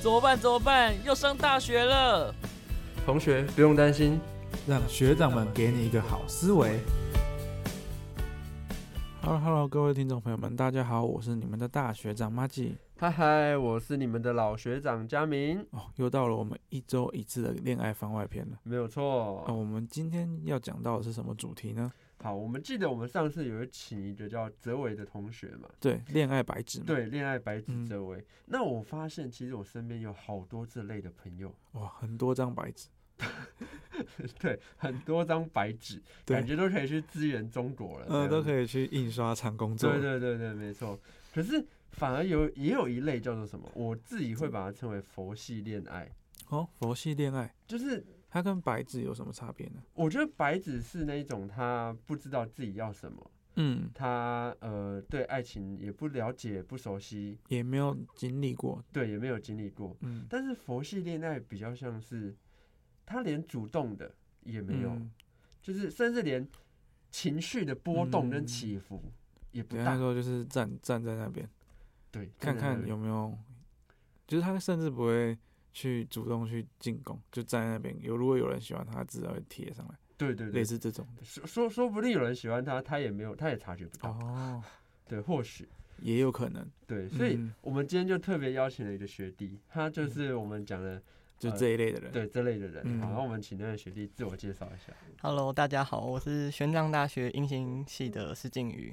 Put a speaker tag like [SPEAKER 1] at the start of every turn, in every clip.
[SPEAKER 1] 怎么办？怎么办？要上大学了！
[SPEAKER 2] 同学不用担心。
[SPEAKER 3] 让学长们给你一个好思维。
[SPEAKER 4] Hello Hello，各位听众朋友们，大家好，我是你们的大学长马季。
[SPEAKER 2] 嗨嗨，我是你们的老学长佳明，
[SPEAKER 4] 哦，又到了我们一周一次的恋爱番外篇了。
[SPEAKER 2] 没有错。
[SPEAKER 4] 啊，我们今天要讲到的是什么主题呢？
[SPEAKER 2] 好，我们记得我们上次有请一个叫泽伟的同学嘛？
[SPEAKER 4] 对，恋爱白纸嘛。，
[SPEAKER 2] 对，恋爱白纸
[SPEAKER 4] 嗯
[SPEAKER 2] 泽伟。那我发现其实我身边有好多这类的朋友，
[SPEAKER 4] 哇，很多张白纸。
[SPEAKER 2] 对，很多张白纸，感
[SPEAKER 4] 对，
[SPEAKER 2] 觉都可以去支援中国了。
[SPEAKER 4] 呃，都
[SPEAKER 2] 以。
[SPEAKER 4] 可以去印刷厂工作。
[SPEAKER 2] 对对对对，没错。可是反而有也有一类叫做什么？我自己会把它称为佛系恋爱，
[SPEAKER 4] 哦，佛系恋爱，
[SPEAKER 2] 就是
[SPEAKER 4] 它跟白纸有什么差别呢？
[SPEAKER 2] 我觉得白纸是那一种他不知道自己要什么。
[SPEAKER 4] 嗯，
[SPEAKER 2] 他呃对爱情也不了解、不熟悉，
[SPEAKER 4] 也没有经历过。
[SPEAKER 2] 对也没有经历过。
[SPEAKER 4] 嗯，
[SPEAKER 2] 但是佛系恋爱比较像是他连主动的也没有，
[SPEAKER 4] 嗯
[SPEAKER 2] 就是甚至连情绪的波动跟
[SPEAKER 4] 嗯
[SPEAKER 2] 起伏也不
[SPEAKER 4] 简
[SPEAKER 2] 大。
[SPEAKER 4] 单说就是站站在那边，
[SPEAKER 2] 对，真
[SPEAKER 4] 看
[SPEAKER 2] 的
[SPEAKER 4] 看有没有，就是他甚至不会去主动去进攻，就站在那边。有如果有人喜欢他，自然会贴上来，
[SPEAKER 2] 对对
[SPEAKER 4] 类
[SPEAKER 2] 对，
[SPEAKER 4] 似这种的。
[SPEAKER 2] 说说说不定有人喜欢他，他也没有，他也察觉不到。
[SPEAKER 4] 哦，
[SPEAKER 2] 对，或许
[SPEAKER 4] 也有可能，
[SPEAKER 2] 对，所以
[SPEAKER 4] 嗯
[SPEAKER 2] 我们今天就特别邀请了一个学弟，他就是我们讲的
[SPEAKER 4] 就
[SPEAKER 2] 呃
[SPEAKER 4] 这一类的人。
[SPEAKER 2] 对这类的人。
[SPEAKER 4] 嗯
[SPEAKER 2] 好，那我们请那个学弟自我介绍一下。
[SPEAKER 1] Hello，大家好，我是玄奘大学音形系的施靖宇。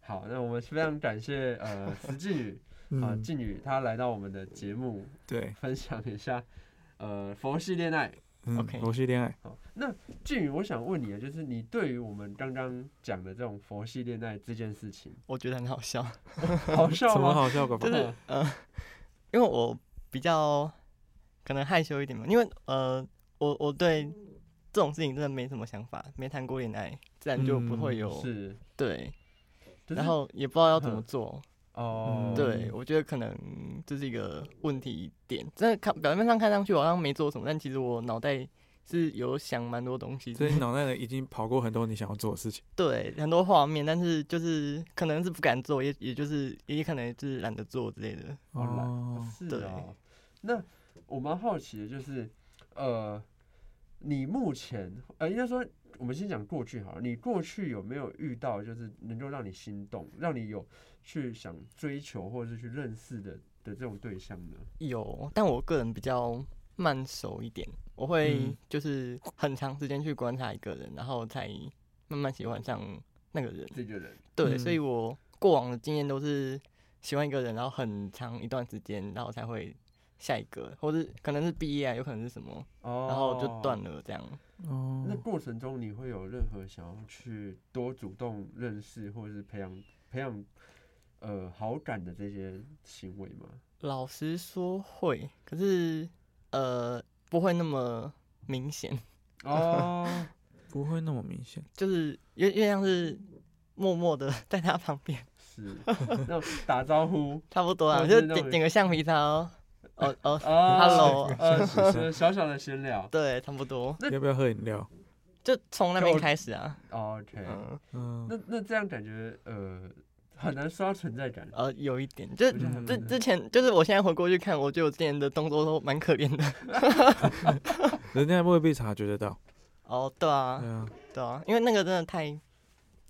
[SPEAKER 2] 好，那我们非常感谢呃石靖宇啊，
[SPEAKER 4] 嗯，
[SPEAKER 2] 靖宇他来到我们的节目，
[SPEAKER 4] 对，
[SPEAKER 2] 分享一下呃佛系恋爱。
[SPEAKER 4] 嗯
[SPEAKER 1] OK
[SPEAKER 4] 佛系恋爱，
[SPEAKER 2] 好，那靖宇，我想问你的就是，你对于我们刚刚讲的这种佛系恋爱这件事情，
[SPEAKER 1] 我觉得很好 笑，
[SPEAKER 2] 好啊笑
[SPEAKER 4] 什么
[SPEAKER 2] 吗？
[SPEAKER 4] 好笑个 吧
[SPEAKER 1] 就？是呃，因为我比较可能害羞一点嘛，因为呃，我我对这种事情真的没什么想法，没谈过恋爱，自然就不会
[SPEAKER 4] 嗯
[SPEAKER 1] 有、
[SPEAKER 2] 是，
[SPEAKER 1] 对，
[SPEAKER 2] 就是
[SPEAKER 1] 然后也不知道要怎么
[SPEAKER 2] 嗯
[SPEAKER 1] 做。
[SPEAKER 2] 哦，
[SPEAKER 4] 嗯
[SPEAKER 1] 对，我觉得可能这是一个问题点。真的看表面上看上去我好像没做什么，但其实我脑袋是有想蛮多东西的，
[SPEAKER 4] 所以你脑袋里已经跑过很多你想要做的事情。
[SPEAKER 1] 对很多画面，但是就是可能是不敢做，也也就是也可能就是懒得做之类的。
[SPEAKER 2] 好懒
[SPEAKER 4] 哦，
[SPEAKER 2] 是
[SPEAKER 1] 对
[SPEAKER 2] 哦。那我蛮好奇的就是，呃，你目前呃，应该说我们先讲过去好了。你过去有没有遇到就是能够让你心动，让你有去想追求或者是去认识的的这种对象呢？
[SPEAKER 1] 有，但我个人比较慢熟一点，我会
[SPEAKER 4] 嗯
[SPEAKER 1] 就是很长时间去观察一个人，然后才慢慢喜欢上那个人。
[SPEAKER 2] 这个人
[SPEAKER 1] 对，所以
[SPEAKER 4] 嗯
[SPEAKER 1] 我过往的经验都是喜欢一个人，然后很长一段时间，然后才会下一个，或是可能是毕业啊，有可能是什么，
[SPEAKER 2] 哦，
[SPEAKER 1] 然后就断。了这样。
[SPEAKER 4] 哦
[SPEAKER 2] 那过程中你会有任何想要去多主动认识或者是培养培养呃好感的这些行为吗？
[SPEAKER 1] 老实说会，可是呃不会那么明显，
[SPEAKER 2] 哦，
[SPEAKER 4] 不会那么明显。
[SPEAKER 1] 就是有点像是默默的 在他旁边，
[SPEAKER 2] 是， 那打招 呼。
[SPEAKER 1] 差不多啊，
[SPEAKER 2] 哦
[SPEAKER 1] 就是
[SPEAKER 2] 那
[SPEAKER 1] 点
[SPEAKER 2] 种
[SPEAKER 1] 点个橡皮擦哦，哦哦，
[SPEAKER 2] 啊
[SPEAKER 1] Hello
[SPEAKER 2] 呃，是小小的闲聊。
[SPEAKER 1] 对，差不多，
[SPEAKER 2] 那
[SPEAKER 4] 要不要喝饮料？
[SPEAKER 1] 就从那
[SPEAKER 2] 够
[SPEAKER 1] 边
[SPEAKER 2] 了
[SPEAKER 1] 开始啊，
[SPEAKER 2] 哦 OK，
[SPEAKER 1] 嗯
[SPEAKER 4] 嗯，
[SPEAKER 2] 那那这样感觉呃很难刷存在感。
[SPEAKER 1] 呃有一点，就
[SPEAKER 2] 我觉得还
[SPEAKER 4] 嗯
[SPEAKER 1] 之
[SPEAKER 2] 蛮
[SPEAKER 1] 之前就是我现在回过去看，我觉得我之前的动作都蛮可怜的。
[SPEAKER 4] 人家未必察觉得到。
[SPEAKER 1] 哦，对啊
[SPEAKER 4] 对，啊，
[SPEAKER 1] 对啊，因为那个真的太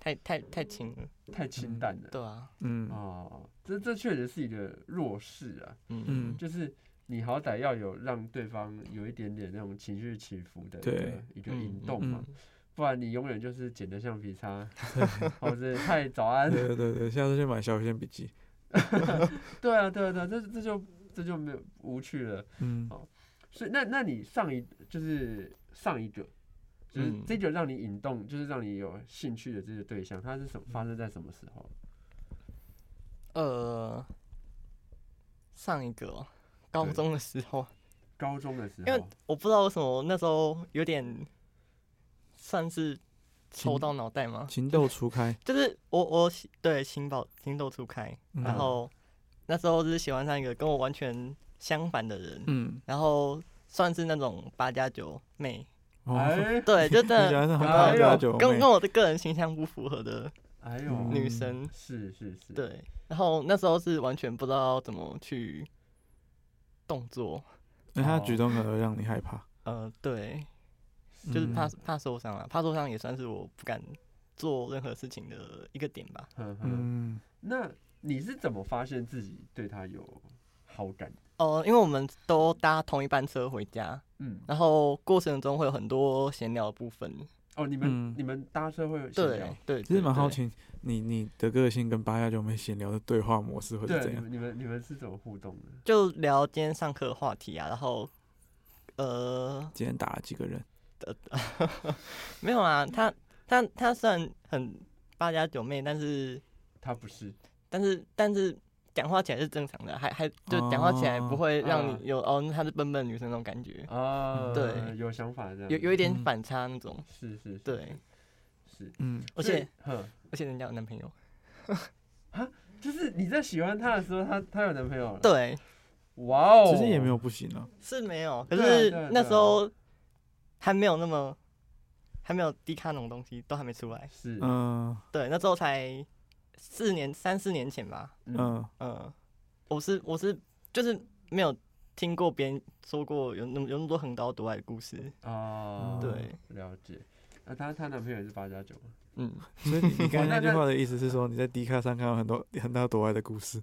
[SPEAKER 1] 太太太轻了。
[SPEAKER 2] 太清淡了。
[SPEAKER 1] 对啊，
[SPEAKER 4] 嗯
[SPEAKER 2] 哦，这这确实是一个弱势啊，
[SPEAKER 1] 嗯，
[SPEAKER 4] 嗯，
[SPEAKER 2] 就是你好歹要有让对方有一点点那种情绪起伏的一个
[SPEAKER 4] 对
[SPEAKER 2] 一个
[SPEAKER 1] 嗯
[SPEAKER 2] 引动嘛，
[SPEAKER 4] 嗯
[SPEAKER 2] 不然你永远就是捡的橡皮 擦，或者是嗨早安。
[SPEAKER 4] 对对对对，下次去买《小仙笔记》。
[SPEAKER 2] 对啊，对啊，对啊，这这就这就没有无趣了。
[SPEAKER 4] 嗯
[SPEAKER 2] 好所以那那你上一就是上一个，就是
[SPEAKER 1] 嗯
[SPEAKER 2] 这个让你引动，就是让你有兴趣的这个对象，它是什么发生在什么时候？
[SPEAKER 1] 呃，上一个哦高
[SPEAKER 2] 对
[SPEAKER 1] 中的时候，
[SPEAKER 2] 高中的时
[SPEAKER 1] 因为
[SPEAKER 2] 候，
[SPEAKER 1] 我不知道为什么那时候有点算是抽
[SPEAKER 4] 情
[SPEAKER 1] 到脑袋吗？
[SPEAKER 4] 情窦 初开，
[SPEAKER 1] 就是我我喜对情报情窦初开，
[SPEAKER 4] 嗯
[SPEAKER 1] 然后那时候就是喜欢上一个跟我完全相反的人，
[SPEAKER 4] 嗯，
[SPEAKER 1] 然后算是那种八加九妹，
[SPEAKER 4] 哦，
[SPEAKER 2] 哎
[SPEAKER 1] 对，就真
[SPEAKER 4] 你喜
[SPEAKER 1] 的
[SPEAKER 4] 欢上
[SPEAKER 2] 哎
[SPEAKER 4] 八加
[SPEAKER 2] 呦
[SPEAKER 4] 九
[SPEAKER 1] 呃跟
[SPEAKER 4] 妹
[SPEAKER 1] 跟我的个人形象不符合的
[SPEAKER 2] 哎呦，
[SPEAKER 4] 嗯
[SPEAKER 1] 女生，
[SPEAKER 2] 是是是，，
[SPEAKER 1] 对。然后那时候是完全不知道怎么去动作，
[SPEAKER 4] 那他
[SPEAKER 2] 哦
[SPEAKER 4] 举动可能会让你害怕，
[SPEAKER 1] 呃，对，就是怕
[SPEAKER 4] 嗯
[SPEAKER 1] 怕受伤了，怕受伤也算是我不敢做任何事情的一个点吧。
[SPEAKER 2] 哼哼，
[SPEAKER 4] 嗯，
[SPEAKER 2] 那你是怎么发现自己对他有好感？
[SPEAKER 1] 哦、因为我们都搭同一班车回家，
[SPEAKER 2] 嗯，
[SPEAKER 1] 然后过程中会有很多闲聊的部分。
[SPEAKER 2] 哦，你们、
[SPEAKER 4] 嗯
[SPEAKER 2] 你们搭车会有闲
[SPEAKER 1] 对
[SPEAKER 2] 聊，
[SPEAKER 1] 对，
[SPEAKER 4] 其实蛮好
[SPEAKER 1] 奇。
[SPEAKER 4] 奇你你的个性跟八下九妹闲聊的对话模式会是
[SPEAKER 2] 对啊，
[SPEAKER 4] 怎
[SPEAKER 2] 你
[SPEAKER 4] 样？
[SPEAKER 2] 们你们你们是怎么互动的？
[SPEAKER 1] 就聊今天上课的话题啊，然后呃
[SPEAKER 4] 今天打了几个人？
[SPEAKER 1] 没有啊，他他他虽然很八家九妹，但是
[SPEAKER 2] 他不是，
[SPEAKER 1] 但是但是讲话起来是正常的，还还就讲话起来不会让
[SPEAKER 4] 嗯
[SPEAKER 2] 哦
[SPEAKER 1] 你有哦她是笨笨的女生那种感觉，
[SPEAKER 2] 啊，
[SPEAKER 1] 嗯对
[SPEAKER 2] 有想法这样，
[SPEAKER 1] 有有一点
[SPEAKER 4] 嗯
[SPEAKER 1] 反差那种。
[SPEAKER 2] 是是是，
[SPEAKER 1] 对，
[SPEAKER 2] 是，
[SPEAKER 4] 嗯，
[SPEAKER 1] 而
[SPEAKER 2] 所以
[SPEAKER 1] 且
[SPEAKER 2] 哼，
[SPEAKER 1] 而且人家有男朋友，
[SPEAKER 2] 就是你在喜欢他的时候，他他有男朋友了，
[SPEAKER 1] 对，
[SPEAKER 2] 哇哦，
[SPEAKER 4] 其实也没有不行啊，
[SPEAKER 1] 是没有，可
[SPEAKER 2] 对啊
[SPEAKER 1] 是
[SPEAKER 2] 对啊
[SPEAKER 1] 那
[SPEAKER 2] 对啊
[SPEAKER 1] 时候还没有那么。还没有低卡那种东西都还没出来，
[SPEAKER 2] 是，
[SPEAKER 4] 嗯
[SPEAKER 1] 对，那时候才四年三四年前吧，
[SPEAKER 2] 嗯
[SPEAKER 4] 嗯
[SPEAKER 1] 嗯，我是我是就是没有听过别人说过有那么有那么多横刀夺爱的故事，
[SPEAKER 2] 哦，
[SPEAKER 1] 对，
[SPEAKER 2] 了解。那她她男朋友也是八加九吗？
[SPEAKER 1] 嗯，
[SPEAKER 4] 所以你你刚
[SPEAKER 2] 哦
[SPEAKER 4] 才
[SPEAKER 2] 那
[SPEAKER 4] 那句
[SPEAKER 2] 那
[SPEAKER 4] 话的意思是说你在 D 卡上看到很多 很大多爱的故事，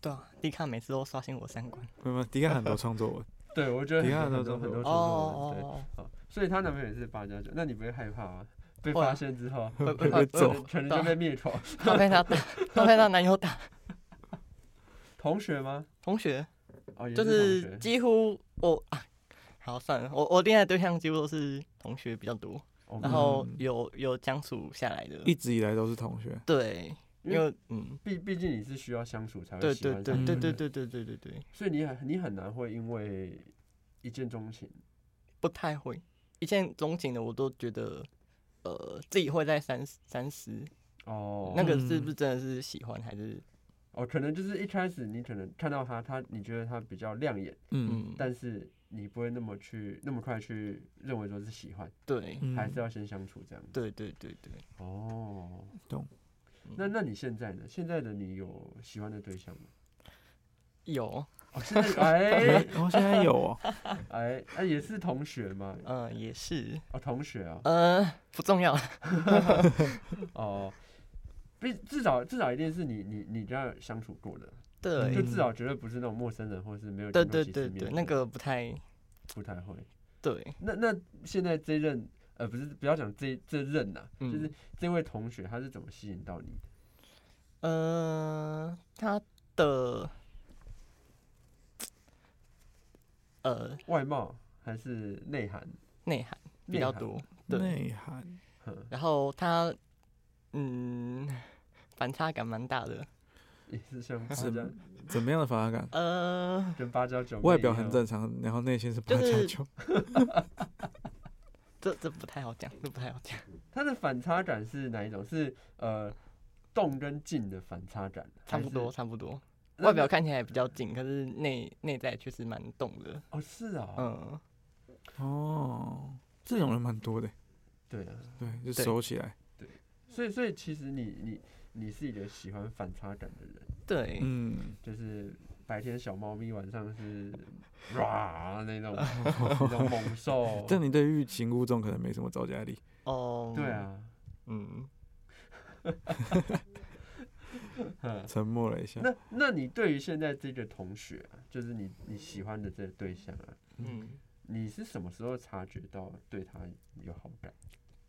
[SPEAKER 1] 对啊，迪卡每次都刷新我三观。
[SPEAKER 4] 没有没有，D 卡很多创作文，
[SPEAKER 2] 对，我觉得
[SPEAKER 4] 你看
[SPEAKER 2] 很很
[SPEAKER 4] 都
[SPEAKER 2] 多
[SPEAKER 4] 都
[SPEAKER 2] 很多
[SPEAKER 4] 有
[SPEAKER 2] 冲突的，对，
[SPEAKER 1] 哦
[SPEAKER 2] 好所以她男朋友也是八加九，那你不会害怕吗？被
[SPEAKER 1] 会啊啊
[SPEAKER 2] 发现之后，
[SPEAKER 1] 哦，会
[SPEAKER 4] 会
[SPEAKER 1] 会
[SPEAKER 4] 被
[SPEAKER 1] 会
[SPEAKER 4] 揍
[SPEAKER 1] 会
[SPEAKER 2] 可能就被灭口。
[SPEAKER 1] 他被他打，他被他男友打。
[SPEAKER 2] 同学吗？
[SPEAKER 1] 同学
[SPEAKER 2] 哦，也
[SPEAKER 1] 就是是
[SPEAKER 2] 同学
[SPEAKER 1] 几乎我啊，好算了，我我恋爱对象几乎都是同学比较多，
[SPEAKER 2] 哦
[SPEAKER 1] 然后
[SPEAKER 4] 嗯
[SPEAKER 1] 有有相处下来的
[SPEAKER 4] 一，直以来都是同学，
[SPEAKER 1] 对，
[SPEAKER 2] 因
[SPEAKER 1] 因为嗯，
[SPEAKER 2] 毕毕竟你是需要相处才会
[SPEAKER 1] 对
[SPEAKER 2] 喜欢
[SPEAKER 1] 对
[SPEAKER 2] 上
[SPEAKER 1] 对
[SPEAKER 2] 一
[SPEAKER 1] 对
[SPEAKER 2] 个
[SPEAKER 1] 对对
[SPEAKER 2] 人，
[SPEAKER 4] 嗯
[SPEAKER 1] 对对对对，
[SPEAKER 2] 所以你很你很难会因为一见钟情。
[SPEAKER 1] 不太会。一见钟情的我都觉得，呃，自己会在三十三十
[SPEAKER 2] 哦，
[SPEAKER 1] 那个是
[SPEAKER 4] 嗯
[SPEAKER 1] 不是真的是喜欢还是
[SPEAKER 2] 哦，可能就是一开始你可能看到他，他你觉得他比较亮眼，
[SPEAKER 4] 嗯
[SPEAKER 1] 嗯？
[SPEAKER 2] 但是你不会那么去那么快去认为说是喜欢，
[SPEAKER 1] 对
[SPEAKER 4] 嗯，
[SPEAKER 2] 还是要先相处这样。
[SPEAKER 1] 对对对对，
[SPEAKER 2] 哦，
[SPEAKER 4] 懂。
[SPEAKER 2] 那那你现在呢？现在的你有喜欢的对象吗？
[SPEAKER 1] 有
[SPEAKER 2] 哦，现在哎
[SPEAKER 4] 然后现在有 哦，
[SPEAKER 2] 哎，那也是同学嘛？
[SPEAKER 1] 呃也是
[SPEAKER 2] 哦，同学啊，
[SPEAKER 1] 呃不重要，
[SPEAKER 2] 哦，毕至少至少一定是你你你这样相处过的，就
[SPEAKER 1] 对
[SPEAKER 2] 至少绝对不是那种陌生人或是没有
[SPEAKER 1] 对
[SPEAKER 2] 见过
[SPEAKER 1] 对
[SPEAKER 2] 几次
[SPEAKER 1] 对
[SPEAKER 2] 面
[SPEAKER 1] 对，
[SPEAKER 2] 的
[SPEAKER 1] 那个不太
[SPEAKER 2] 不太会。
[SPEAKER 1] 对，
[SPEAKER 2] 那那现在这一任呃，不是不要讲这这任呐、
[SPEAKER 1] 嗯
[SPEAKER 2] 就是这位同学他是怎么吸引到你的？
[SPEAKER 1] 呃他的呃
[SPEAKER 2] 外貌还是内涵？
[SPEAKER 1] 内涵比
[SPEAKER 2] 内
[SPEAKER 1] 较
[SPEAKER 2] 涵
[SPEAKER 1] 多，对，
[SPEAKER 4] 内涵，
[SPEAKER 2] 哼
[SPEAKER 1] 然后他嗯反差感蛮大的，
[SPEAKER 2] 也是像八
[SPEAKER 4] 是
[SPEAKER 2] 加
[SPEAKER 4] 怎么样的反差感？
[SPEAKER 1] 呃
[SPEAKER 2] 跟八加九妹一样，
[SPEAKER 4] 外表很正常，然后内心是八加
[SPEAKER 1] 就
[SPEAKER 4] 九，
[SPEAKER 1] 这这不太好讲，这不太好讲。
[SPEAKER 2] 他的反差感是哪一种？是呃动跟静的反差感，啊
[SPEAKER 1] 差不
[SPEAKER 2] 还
[SPEAKER 1] 多，
[SPEAKER 2] 是。
[SPEAKER 1] 差不多。
[SPEAKER 2] 那
[SPEAKER 1] 外表看起来比较紧，可是内内在确实蛮动的。
[SPEAKER 2] 哦，是啊，
[SPEAKER 1] 嗯，
[SPEAKER 4] 哦，这种人蛮多的，
[SPEAKER 2] 对啊，
[SPEAKER 4] 对，就
[SPEAKER 1] 对
[SPEAKER 4] 熟起来，
[SPEAKER 2] 所以所以其实你你你是一个喜欢反差感的人，
[SPEAKER 1] 对，
[SPEAKER 4] 嗯，
[SPEAKER 2] 就是白天小猫咪，晚上是哇那种那种猛 兽，
[SPEAKER 4] 但你对欲擒故纵可能没什么招架力，
[SPEAKER 1] 哦，
[SPEAKER 2] 对，啊，
[SPEAKER 1] 嗯，
[SPEAKER 2] 嗯，
[SPEAKER 4] 沉默了一 下，
[SPEAKER 2] 那那你对于现在这个同学、啊，就是你你喜欢的这个对象啊，
[SPEAKER 1] 嗯，
[SPEAKER 2] 你是什么时候察觉到对他有好感？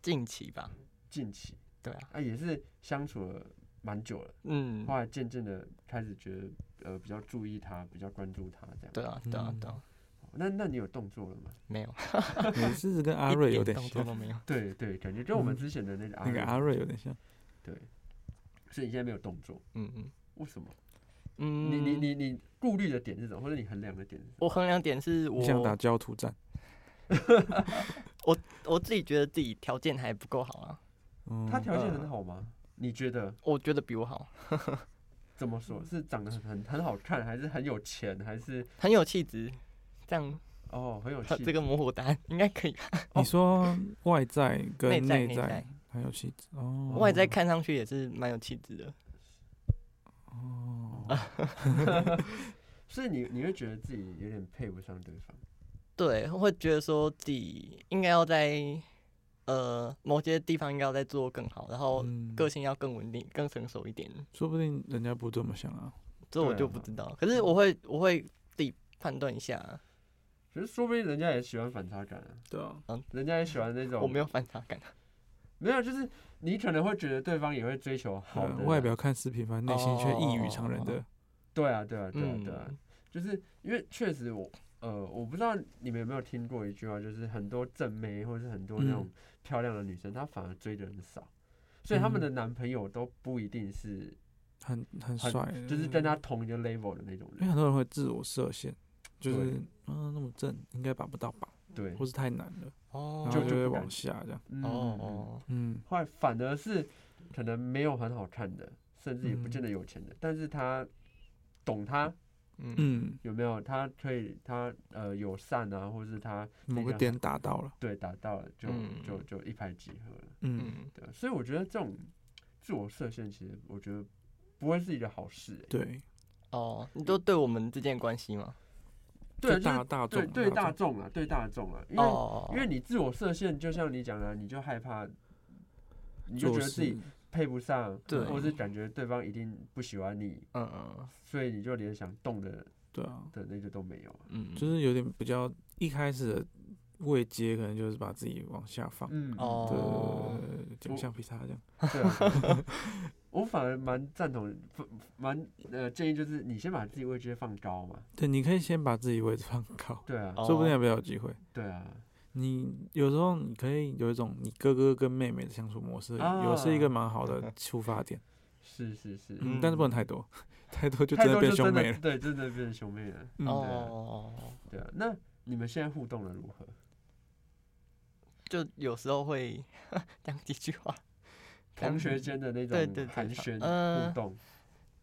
[SPEAKER 1] 近期吧，
[SPEAKER 2] 近期
[SPEAKER 1] 对啊，
[SPEAKER 2] 啊，也是相处了蛮久了，
[SPEAKER 1] 嗯
[SPEAKER 2] 后，来渐渐的开始觉得呃比较注意他，比较关注他这样。
[SPEAKER 1] 对啊，对啊
[SPEAKER 4] 嗯，
[SPEAKER 1] 对啊，
[SPEAKER 2] 那那你有动作了吗？
[SPEAKER 1] 没有，
[SPEAKER 4] 你是不是跟阿
[SPEAKER 1] 一
[SPEAKER 4] 瑞有
[SPEAKER 1] 点
[SPEAKER 4] 点
[SPEAKER 1] 动作
[SPEAKER 4] 像？
[SPEAKER 1] 都没有。
[SPEAKER 2] 对对，感觉跟我们
[SPEAKER 4] 嗯
[SPEAKER 2] 之前的那个阿
[SPEAKER 4] 那个阿
[SPEAKER 2] 瑞
[SPEAKER 4] 瑞有点像，
[SPEAKER 2] 对，所以你现在没有动作，
[SPEAKER 1] 嗯嗯
[SPEAKER 2] 为什么？
[SPEAKER 1] 嗯，
[SPEAKER 2] 你你你你顾虑的点是什么，或者你衡量的点是什么？
[SPEAKER 1] 我衡量点是
[SPEAKER 4] 你想打
[SPEAKER 1] 我
[SPEAKER 4] 焦土战，
[SPEAKER 1] 我自己觉得自己条件还不够好啊，
[SPEAKER 4] 嗯，
[SPEAKER 2] 他条件很
[SPEAKER 1] 嗯
[SPEAKER 2] 好吗？你觉得
[SPEAKER 1] 我觉得比我好，
[SPEAKER 2] 怎么说？是长得很很很好看，还是很有钱，还是
[SPEAKER 1] 很有气质，这样
[SPEAKER 2] 哦很有
[SPEAKER 1] 他
[SPEAKER 2] 气？
[SPEAKER 1] 这个模糊答案应该可以吧，
[SPEAKER 4] 你说外在
[SPEAKER 1] 内
[SPEAKER 4] 跟
[SPEAKER 1] 在
[SPEAKER 4] 内
[SPEAKER 1] 内
[SPEAKER 4] 在
[SPEAKER 1] 在
[SPEAKER 4] 还有气质哦，
[SPEAKER 1] 外在看上去也是蛮有气质的，
[SPEAKER 4] 哦，
[SPEAKER 2] 所以你你会觉得自己有点配不上对方，
[SPEAKER 1] 对，会觉得说自己应该要在呃某些地方应该要再做更好，然后
[SPEAKER 4] 嗯
[SPEAKER 1] 个性要更稳定、更成熟一点。
[SPEAKER 4] 说不定人家不这么想啊。
[SPEAKER 1] 这我
[SPEAKER 2] 对啊
[SPEAKER 1] 就不知道，可是我会我会自己判断一下。
[SPEAKER 2] 可是说不定人家也喜欢反差感啊，
[SPEAKER 4] 对啊，
[SPEAKER 2] 人家也喜欢那种
[SPEAKER 1] 我没有反差感，
[SPEAKER 2] 没有，就是你可能会觉得对方也会追求好的
[SPEAKER 4] 呃
[SPEAKER 2] 啦
[SPEAKER 4] 外表看似平凡，内心却异于常人的。
[SPEAKER 2] 对啊，对啊，对啊，
[SPEAKER 1] 嗯
[SPEAKER 2] 对啊，就是因为确实我呃，我不知道你们有没有听过一句话，就是很多正妹或是很多那种
[SPEAKER 4] 嗯
[SPEAKER 2] 漂亮的女生，她反而追的人少，所以她们
[SPEAKER 4] 嗯
[SPEAKER 2] 的男朋友都不一定是
[SPEAKER 4] 很很
[SPEAKER 2] 很
[SPEAKER 4] 帅，
[SPEAKER 2] 就是跟
[SPEAKER 4] 嗯
[SPEAKER 2] 她同一个 level 的那种
[SPEAKER 4] 因为
[SPEAKER 2] 人。
[SPEAKER 4] 很多人会自我设限，就是
[SPEAKER 2] 对
[SPEAKER 4] 嗯、那么正应该把不到吧，
[SPEAKER 2] 对，
[SPEAKER 4] 或是太难了，
[SPEAKER 1] 哦
[SPEAKER 4] 然
[SPEAKER 2] 就
[SPEAKER 4] 后就
[SPEAKER 2] 就
[SPEAKER 4] 会
[SPEAKER 2] 不敢
[SPEAKER 4] 往下这样。
[SPEAKER 2] 嗯，
[SPEAKER 1] 哦
[SPEAKER 2] 嗯
[SPEAKER 1] 哦，
[SPEAKER 4] 嗯，
[SPEAKER 2] 后来反而是可能没有很好看的，甚至也不见得有钱的，但是她懂她
[SPEAKER 1] 嗯，
[SPEAKER 4] 嗯，
[SPEAKER 2] 有没有？她可以，她呃友善啊，或是她
[SPEAKER 4] 某
[SPEAKER 2] 那
[SPEAKER 4] 个
[SPEAKER 2] 个
[SPEAKER 4] 点打到了，
[SPEAKER 2] 对达到了，就
[SPEAKER 1] 嗯
[SPEAKER 2] 就就一拍即合了。
[SPEAKER 4] 嗯，
[SPEAKER 1] 嗯，
[SPEAKER 2] 对啊，所以我觉得这种自我设限，其实我觉得不会是一个好事、欸。
[SPEAKER 4] 对，
[SPEAKER 1] 哦，你都对我们之间的关系吗？
[SPEAKER 2] 对，啊
[SPEAKER 4] 就
[SPEAKER 2] 就
[SPEAKER 4] 大
[SPEAKER 2] 是
[SPEAKER 4] 大
[SPEAKER 2] 对
[SPEAKER 4] 众
[SPEAKER 2] 对大
[SPEAKER 4] 众
[SPEAKER 2] 众啊，对大众啊，因为、
[SPEAKER 1] 哦，
[SPEAKER 2] 因为你自我设限，就像你讲的啊，你就害怕，你就
[SPEAKER 4] 做
[SPEAKER 2] 觉得自己
[SPEAKER 4] 事，
[SPEAKER 2] 配不上，
[SPEAKER 1] 对
[SPEAKER 2] 或者是感觉对方一定不喜欢你，
[SPEAKER 1] 嗯嗯
[SPEAKER 2] 所以你就连想动的
[SPEAKER 4] 对啊，
[SPEAKER 2] 的那个都没有啊。
[SPEAKER 1] 嗯，
[SPEAKER 4] 就是有点比较一开始的位阶，可能就是把自己往下放，
[SPEAKER 2] 嗯，
[SPEAKER 1] 哦，
[SPEAKER 4] 对，讲橡皮擦这样，
[SPEAKER 2] 对啊。对 啊我反而蛮赞同，不蛮呃建议就是你先把自己位置放高嘛。
[SPEAKER 4] 对，你可以先把自己位置放 高，
[SPEAKER 2] 对啊，
[SPEAKER 1] 哦
[SPEAKER 4] 说不定还比较有机会。
[SPEAKER 2] 对啊，
[SPEAKER 4] 你有时候你可以有一种你哥哥跟妹妹的相处模式，有是一
[SPEAKER 2] 啊
[SPEAKER 4] 个蛮 好的出发点，
[SPEAKER 2] 是是是。
[SPEAKER 4] 嗯，
[SPEAKER 1] 嗯
[SPEAKER 4] 但是不能 太多，太多就
[SPEAKER 2] 太
[SPEAKER 4] 真的
[SPEAKER 2] 多就
[SPEAKER 4] 变兄
[SPEAKER 2] 真的
[SPEAKER 4] 妹了。
[SPEAKER 2] 对，真的变成兄妹了，
[SPEAKER 4] 嗯
[SPEAKER 1] 哦，
[SPEAKER 2] 对啊。那你们现在互动的如何？
[SPEAKER 1] 就有时候会 讲几句话。
[SPEAKER 2] 同学间的那
[SPEAKER 1] 对对
[SPEAKER 2] 种
[SPEAKER 1] 对
[SPEAKER 2] 寒暄
[SPEAKER 1] 呃
[SPEAKER 2] 互动，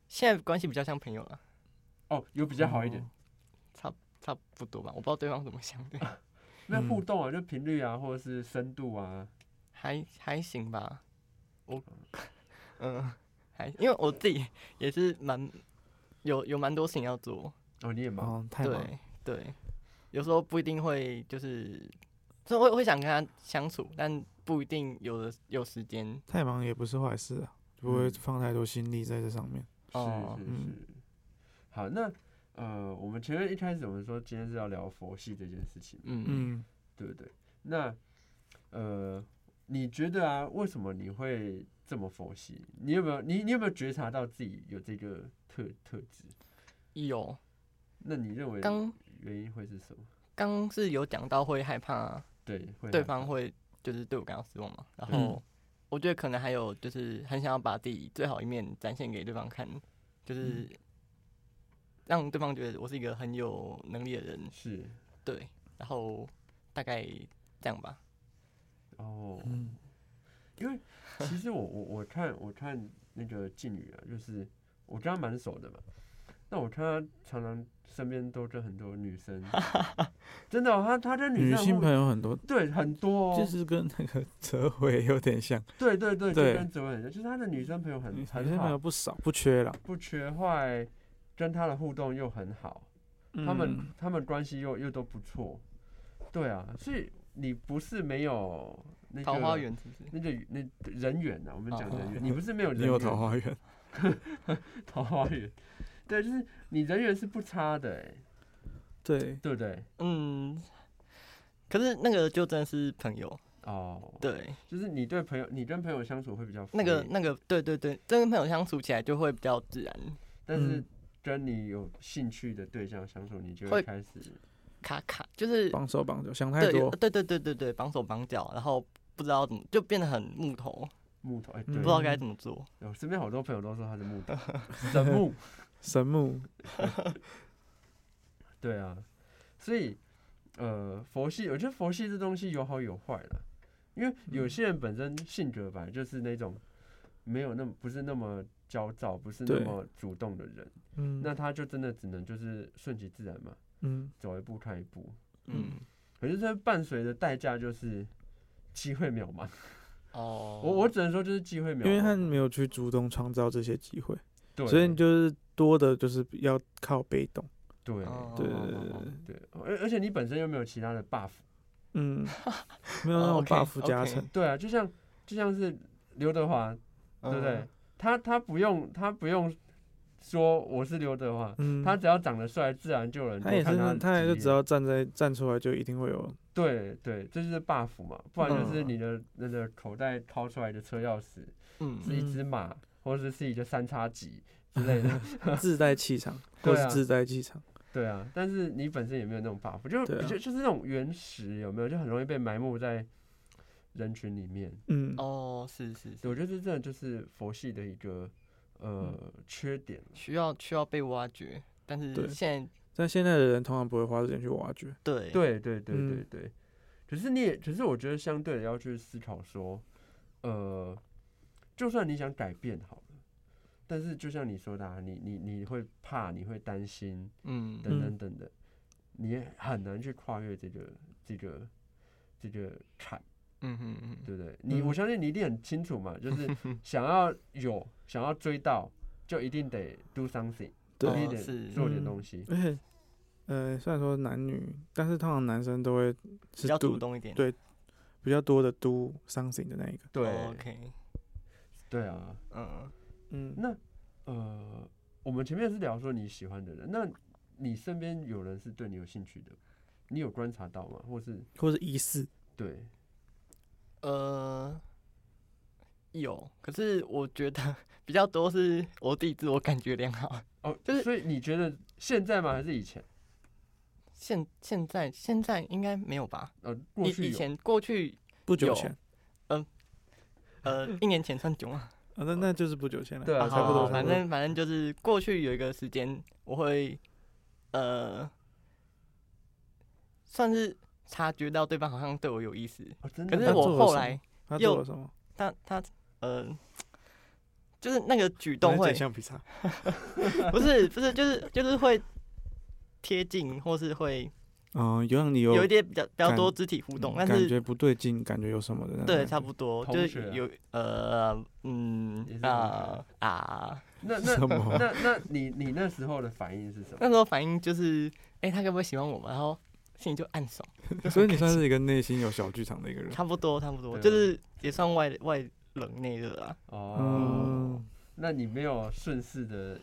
[SPEAKER 1] 现在关系比较像朋友了，
[SPEAKER 2] 哦，有比较好一点。
[SPEAKER 1] 差不多吧。我不知道对方怎么想的，
[SPEAKER 2] 那
[SPEAKER 4] 嗯
[SPEAKER 2] 互动啊，就频率啊，或者是深度啊，
[SPEAKER 1] 还还行吧。 我，嗯，还因为我自己也是蛮有有蛮多事情要做，
[SPEAKER 2] 哦，你也忙，
[SPEAKER 4] 哦，太忙，
[SPEAKER 1] 对对，有时候不一定会就是，所以会会想跟他相处，但不一定有的有时间。
[SPEAKER 4] 太忙也不是坏事啊，不会
[SPEAKER 2] 嗯
[SPEAKER 4] 放太多心力在这上面。
[SPEAKER 1] 哦
[SPEAKER 2] 是是
[SPEAKER 4] 嗯
[SPEAKER 2] 是。好，那呃，我们前面一开始我们说今天是要聊佛系这件事情，
[SPEAKER 1] 嗯
[SPEAKER 4] 嗯，
[SPEAKER 2] 对不对？那呃，你觉得啊，为什么你会这么佛系？你有没有你你有没有觉察到自己有这个特特质？
[SPEAKER 1] 有
[SPEAKER 2] 那你认为
[SPEAKER 1] 刚
[SPEAKER 2] 原因会是什么？
[SPEAKER 1] 刚是有讲到会害怕
[SPEAKER 2] 对，会
[SPEAKER 4] 啊
[SPEAKER 1] 对
[SPEAKER 2] 害
[SPEAKER 1] 方
[SPEAKER 2] 怕
[SPEAKER 1] 会就是对我感到失望嘛，然
[SPEAKER 4] 嗯
[SPEAKER 1] 后我觉得可能还有就是很想要把自己最好一面展现给对方看，就是
[SPEAKER 4] 嗯
[SPEAKER 1] 让对方觉得我是一个很有能力的人，
[SPEAKER 2] 是
[SPEAKER 1] 对，然后大概这样吧，
[SPEAKER 2] 哦，
[SPEAKER 4] 嗯
[SPEAKER 2] 因为其实我我我看我看那个靖宇啊，就是我跟他蛮熟的嘛，那我看他常常身边都跟很多 女生，真的哦、他他跟女
[SPEAKER 4] 女
[SPEAKER 2] 生
[SPEAKER 4] 性
[SPEAKER 2] 互
[SPEAKER 4] 朋友很多，
[SPEAKER 2] 对很多、哦，
[SPEAKER 4] 就是跟那个哲伟有点像，
[SPEAKER 2] 对对对，就
[SPEAKER 4] 对
[SPEAKER 2] 跟泽文很像，就是他的女生朋友
[SPEAKER 4] 女
[SPEAKER 2] 很
[SPEAKER 4] 生
[SPEAKER 2] 很
[SPEAKER 4] 朋友
[SPEAKER 2] 好，
[SPEAKER 4] 不少，不缺了。
[SPEAKER 2] 不缺坏，跟他的互动又很好，他们、
[SPEAKER 4] 嗯
[SPEAKER 2] 他们关系又又都不错，对啊，所以你不是没有那个
[SPEAKER 1] 桃花源是不是？
[SPEAKER 2] 那个那人缘呐、啊，我们讲
[SPEAKER 1] 哦
[SPEAKER 2] 人缘，你不是没有人
[SPEAKER 4] 你
[SPEAKER 2] 缘，
[SPEAKER 4] 有桃花源，
[SPEAKER 2] 桃花源，对，就是你人缘是不差的、欸，
[SPEAKER 4] 对，
[SPEAKER 2] 对不对？
[SPEAKER 1] 嗯，可是那个就真的是朋友，
[SPEAKER 2] 哦，，
[SPEAKER 1] 对，
[SPEAKER 2] 就是你对朋友，你跟朋友相处会比较 free,
[SPEAKER 1] 那个那个对对对，真跟朋友相处起来就会比较自然，
[SPEAKER 2] 但是
[SPEAKER 4] 嗯
[SPEAKER 2] 跟你有兴趣的对象相处，你就会
[SPEAKER 1] 会
[SPEAKER 2] 开始
[SPEAKER 1] 卡卡就是
[SPEAKER 4] 绑手绑脚，想太
[SPEAKER 1] 对有
[SPEAKER 4] 多，
[SPEAKER 1] 对对对对对，绑手绑脚，然后不知道怎么就变得很木头，
[SPEAKER 2] 木头，哎、
[SPEAKER 4] 嗯
[SPEAKER 1] 不
[SPEAKER 2] 对
[SPEAKER 1] 知，道该怎么做。
[SPEAKER 2] 我身边好多朋友都说他是 木头，神木，
[SPEAKER 4] 神木，
[SPEAKER 2] 对啊，所以呃，佛系，我觉得佛系这东西有好有坏啦，因为有
[SPEAKER 4] 嗯
[SPEAKER 2] 些人本身性格吧，就是那种没有那么不是那么焦躁，不是那
[SPEAKER 4] 对
[SPEAKER 2] 么主动的人。
[SPEAKER 4] 嗯，
[SPEAKER 2] 那他就真的只能就是顺其自然嘛，
[SPEAKER 4] 嗯
[SPEAKER 2] 走一步看一步。
[SPEAKER 1] 嗯
[SPEAKER 4] 嗯，
[SPEAKER 2] 可是这伴随的代价就是机会渺茫，
[SPEAKER 1] 哦，
[SPEAKER 2] 我我只能说就是机会渺茫，
[SPEAKER 4] 因为他没有去主动创造这些机会，
[SPEAKER 2] 对，
[SPEAKER 4] 所以你就是多的就是要靠被动，
[SPEAKER 2] 对
[SPEAKER 1] 哦
[SPEAKER 4] 对对对对，
[SPEAKER 2] 对，而而且你本身又没有其他的 buff，
[SPEAKER 4] 嗯，没有那
[SPEAKER 1] 哦
[SPEAKER 4] 种
[SPEAKER 1] ，OK，
[SPEAKER 4] buff 加
[SPEAKER 1] OK
[SPEAKER 4] 成，
[SPEAKER 2] 对啊，就像就像是刘德华，
[SPEAKER 1] 哦
[SPEAKER 4] 嗯
[SPEAKER 2] 对
[SPEAKER 1] 嗯
[SPEAKER 2] 不对？他他不用他不用说我是刘德华，
[SPEAKER 4] 嗯，
[SPEAKER 2] 他只要长得帅，自然就有人
[SPEAKER 4] 他
[SPEAKER 2] 多
[SPEAKER 4] 也是
[SPEAKER 2] 看
[SPEAKER 4] 那，
[SPEAKER 2] 的
[SPEAKER 4] 他也
[SPEAKER 2] 职
[SPEAKER 4] 是
[SPEAKER 2] 业
[SPEAKER 4] 只要站在站出来就一定会有，
[SPEAKER 2] 对对，这就是 buff 嘛，不然就是
[SPEAKER 1] 嗯
[SPEAKER 2] 你的那个口袋掏出来的车钥匙
[SPEAKER 1] 嗯
[SPEAKER 2] 是一只马，或者是一个三叉戟之类的，
[SPEAKER 4] 自带气场，
[SPEAKER 2] 对
[SPEAKER 4] 或
[SPEAKER 2] 啊
[SPEAKER 4] 是自带气场，
[SPEAKER 2] 对啊。但是你本身也没有那种 buff，就
[SPEAKER 4] 对
[SPEAKER 2] 比
[SPEAKER 4] 啊
[SPEAKER 2] 就就是那种原始有没有，就很容易被埋没在人群里面。
[SPEAKER 4] 嗯，
[SPEAKER 1] 哦，是是是，
[SPEAKER 2] 对我觉得这真的就是佛系的一个
[SPEAKER 4] 嗯
[SPEAKER 2] 呃缺点了。
[SPEAKER 1] 需要需要被挖掘，但是
[SPEAKER 4] 对
[SPEAKER 1] 现在
[SPEAKER 4] 但现在的人通常不会花时间去挖掘，
[SPEAKER 1] 对
[SPEAKER 2] 对对对对
[SPEAKER 4] 嗯
[SPEAKER 2] 对。可是你也，可是我觉得相对的要去思考说，呃，就算你想改变好了，但是就像你说的、啊，你你你会怕，你会担心，
[SPEAKER 1] 嗯
[SPEAKER 2] 等
[SPEAKER 4] 嗯
[SPEAKER 2] 等等的，你也很难去跨越这个这个这个坎，
[SPEAKER 1] 嗯嗯嗯嗯，
[SPEAKER 2] 对不对？你、我
[SPEAKER 4] 嗯
[SPEAKER 2] 相信你一定很清楚嘛，就是 想要有，想要追到，就一定得 do something，
[SPEAKER 4] 对
[SPEAKER 2] 一定
[SPEAKER 1] 哦
[SPEAKER 2] 得
[SPEAKER 1] 是
[SPEAKER 2] 做点
[SPEAKER 4] 嗯
[SPEAKER 2] 东西。
[SPEAKER 4] 而且， 呃，虽然说男女，但是通常男生都会
[SPEAKER 1] 比
[SPEAKER 4] 是
[SPEAKER 1] 较
[SPEAKER 4] do
[SPEAKER 1] 主动一点。
[SPEAKER 4] 对比较多的 do something 的那一个，
[SPEAKER 2] 对、
[SPEAKER 1] 哦，OK，
[SPEAKER 2] 对啊，
[SPEAKER 1] 嗯，
[SPEAKER 4] 嗯
[SPEAKER 2] 那呃，我们前面是聊说你喜欢的人，那你身边有人是对你有兴趣的，你有观察到吗？或是
[SPEAKER 4] 或是疑似，
[SPEAKER 2] 对，
[SPEAKER 1] 呃，有，可是我觉得比较多是我自己自我感觉良好。
[SPEAKER 2] 哦，
[SPEAKER 1] 就是
[SPEAKER 2] 所以你觉得现在吗？还是以前？
[SPEAKER 1] 现现在现在应该没有吧？
[SPEAKER 2] 呃，
[SPEAKER 1] 以
[SPEAKER 2] 过去
[SPEAKER 1] 以
[SPEAKER 2] 有，
[SPEAKER 1] 前过去
[SPEAKER 4] 不久
[SPEAKER 1] 有
[SPEAKER 4] 前，
[SPEAKER 1] 呃一年前算久吗？
[SPEAKER 4] 啊，那那就是不久前了，
[SPEAKER 2] 对啊
[SPEAKER 1] 啊
[SPEAKER 2] 差不多
[SPEAKER 1] 好
[SPEAKER 2] 差不
[SPEAKER 1] 反
[SPEAKER 2] 多
[SPEAKER 1] 正反正就是过去有一个时间，我会呃，算是察觉到对方好像对我有意思，
[SPEAKER 2] 哦、真
[SPEAKER 1] 可
[SPEAKER 2] 的吗，
[SPEAKER 1] 是
[SPEAKER 4] 他
[SPEAKER 1] 我
[SPEAKER 4] 做了
[SPEAKER 1] 后
[SPEAKER 4] 什么
[SPEAKER 1] 来
[SPEAKER 4] 他
[SPEAKER 1] 又
[SPEAKER 4] 做了什么？
[SPEAKER 1] 他他呃，就是那个举
[SPEAKER 4] 你
[SPEAKER 1] 动
[SPEAKER 4] 在
[SPEAKER 1] 会
[SPEAKER 4] 剪橡皮擦，
[SPEAKER 1] 不是不是就是就是会贴近，或是会
[SPEAKER 4] 嗯，有让你有
[SPEAKER 1] 有一些比较比较
[SPEAKER 4] 感嗯
[SPEAKER 1] 多肢体互动，但
[SPEAKER 4] 感
[SPEAKER 1] 是
[SPEAKER 4] 觉嗯不对劲，感觉有什么的那种
[SPEAKER 1] 对
[SPEAKER 4] 感
[SPEAKER 1] 差
[SPEAKER 4] 觉
[SPEAKER 1] 不多
[SPEAKER 2] 同
[SPEAKER 1] 就
[SPEAKER 2] 学啊
[SPEAKER 1] 是有呃嗯
[SPEAKER 2] 也是同学
[SPEAKER 1] 啊啊，
[SPEAKER 2] 那 那
[SPEAKER 4] 什么
[SPEAKER 2] 那那你你那时候的反应是什么？
[SPEAKER 1] 那时候反应就是哎、他该不会喜欢我嘛？然后心里就暗爽，
[SPEAKER 4] 所以你算是一个内心有小剧场的一个人，
[SPEAKER 1] 差不多差不多，
[SPEAKER 2] 对
[SPEAKER 1] 就是也算外外冷内热啊。
[SPEAKER 2] 哦，
[SPEAKER 4] 嗯，
[SPEAKER 2] 那你没有顺 势的，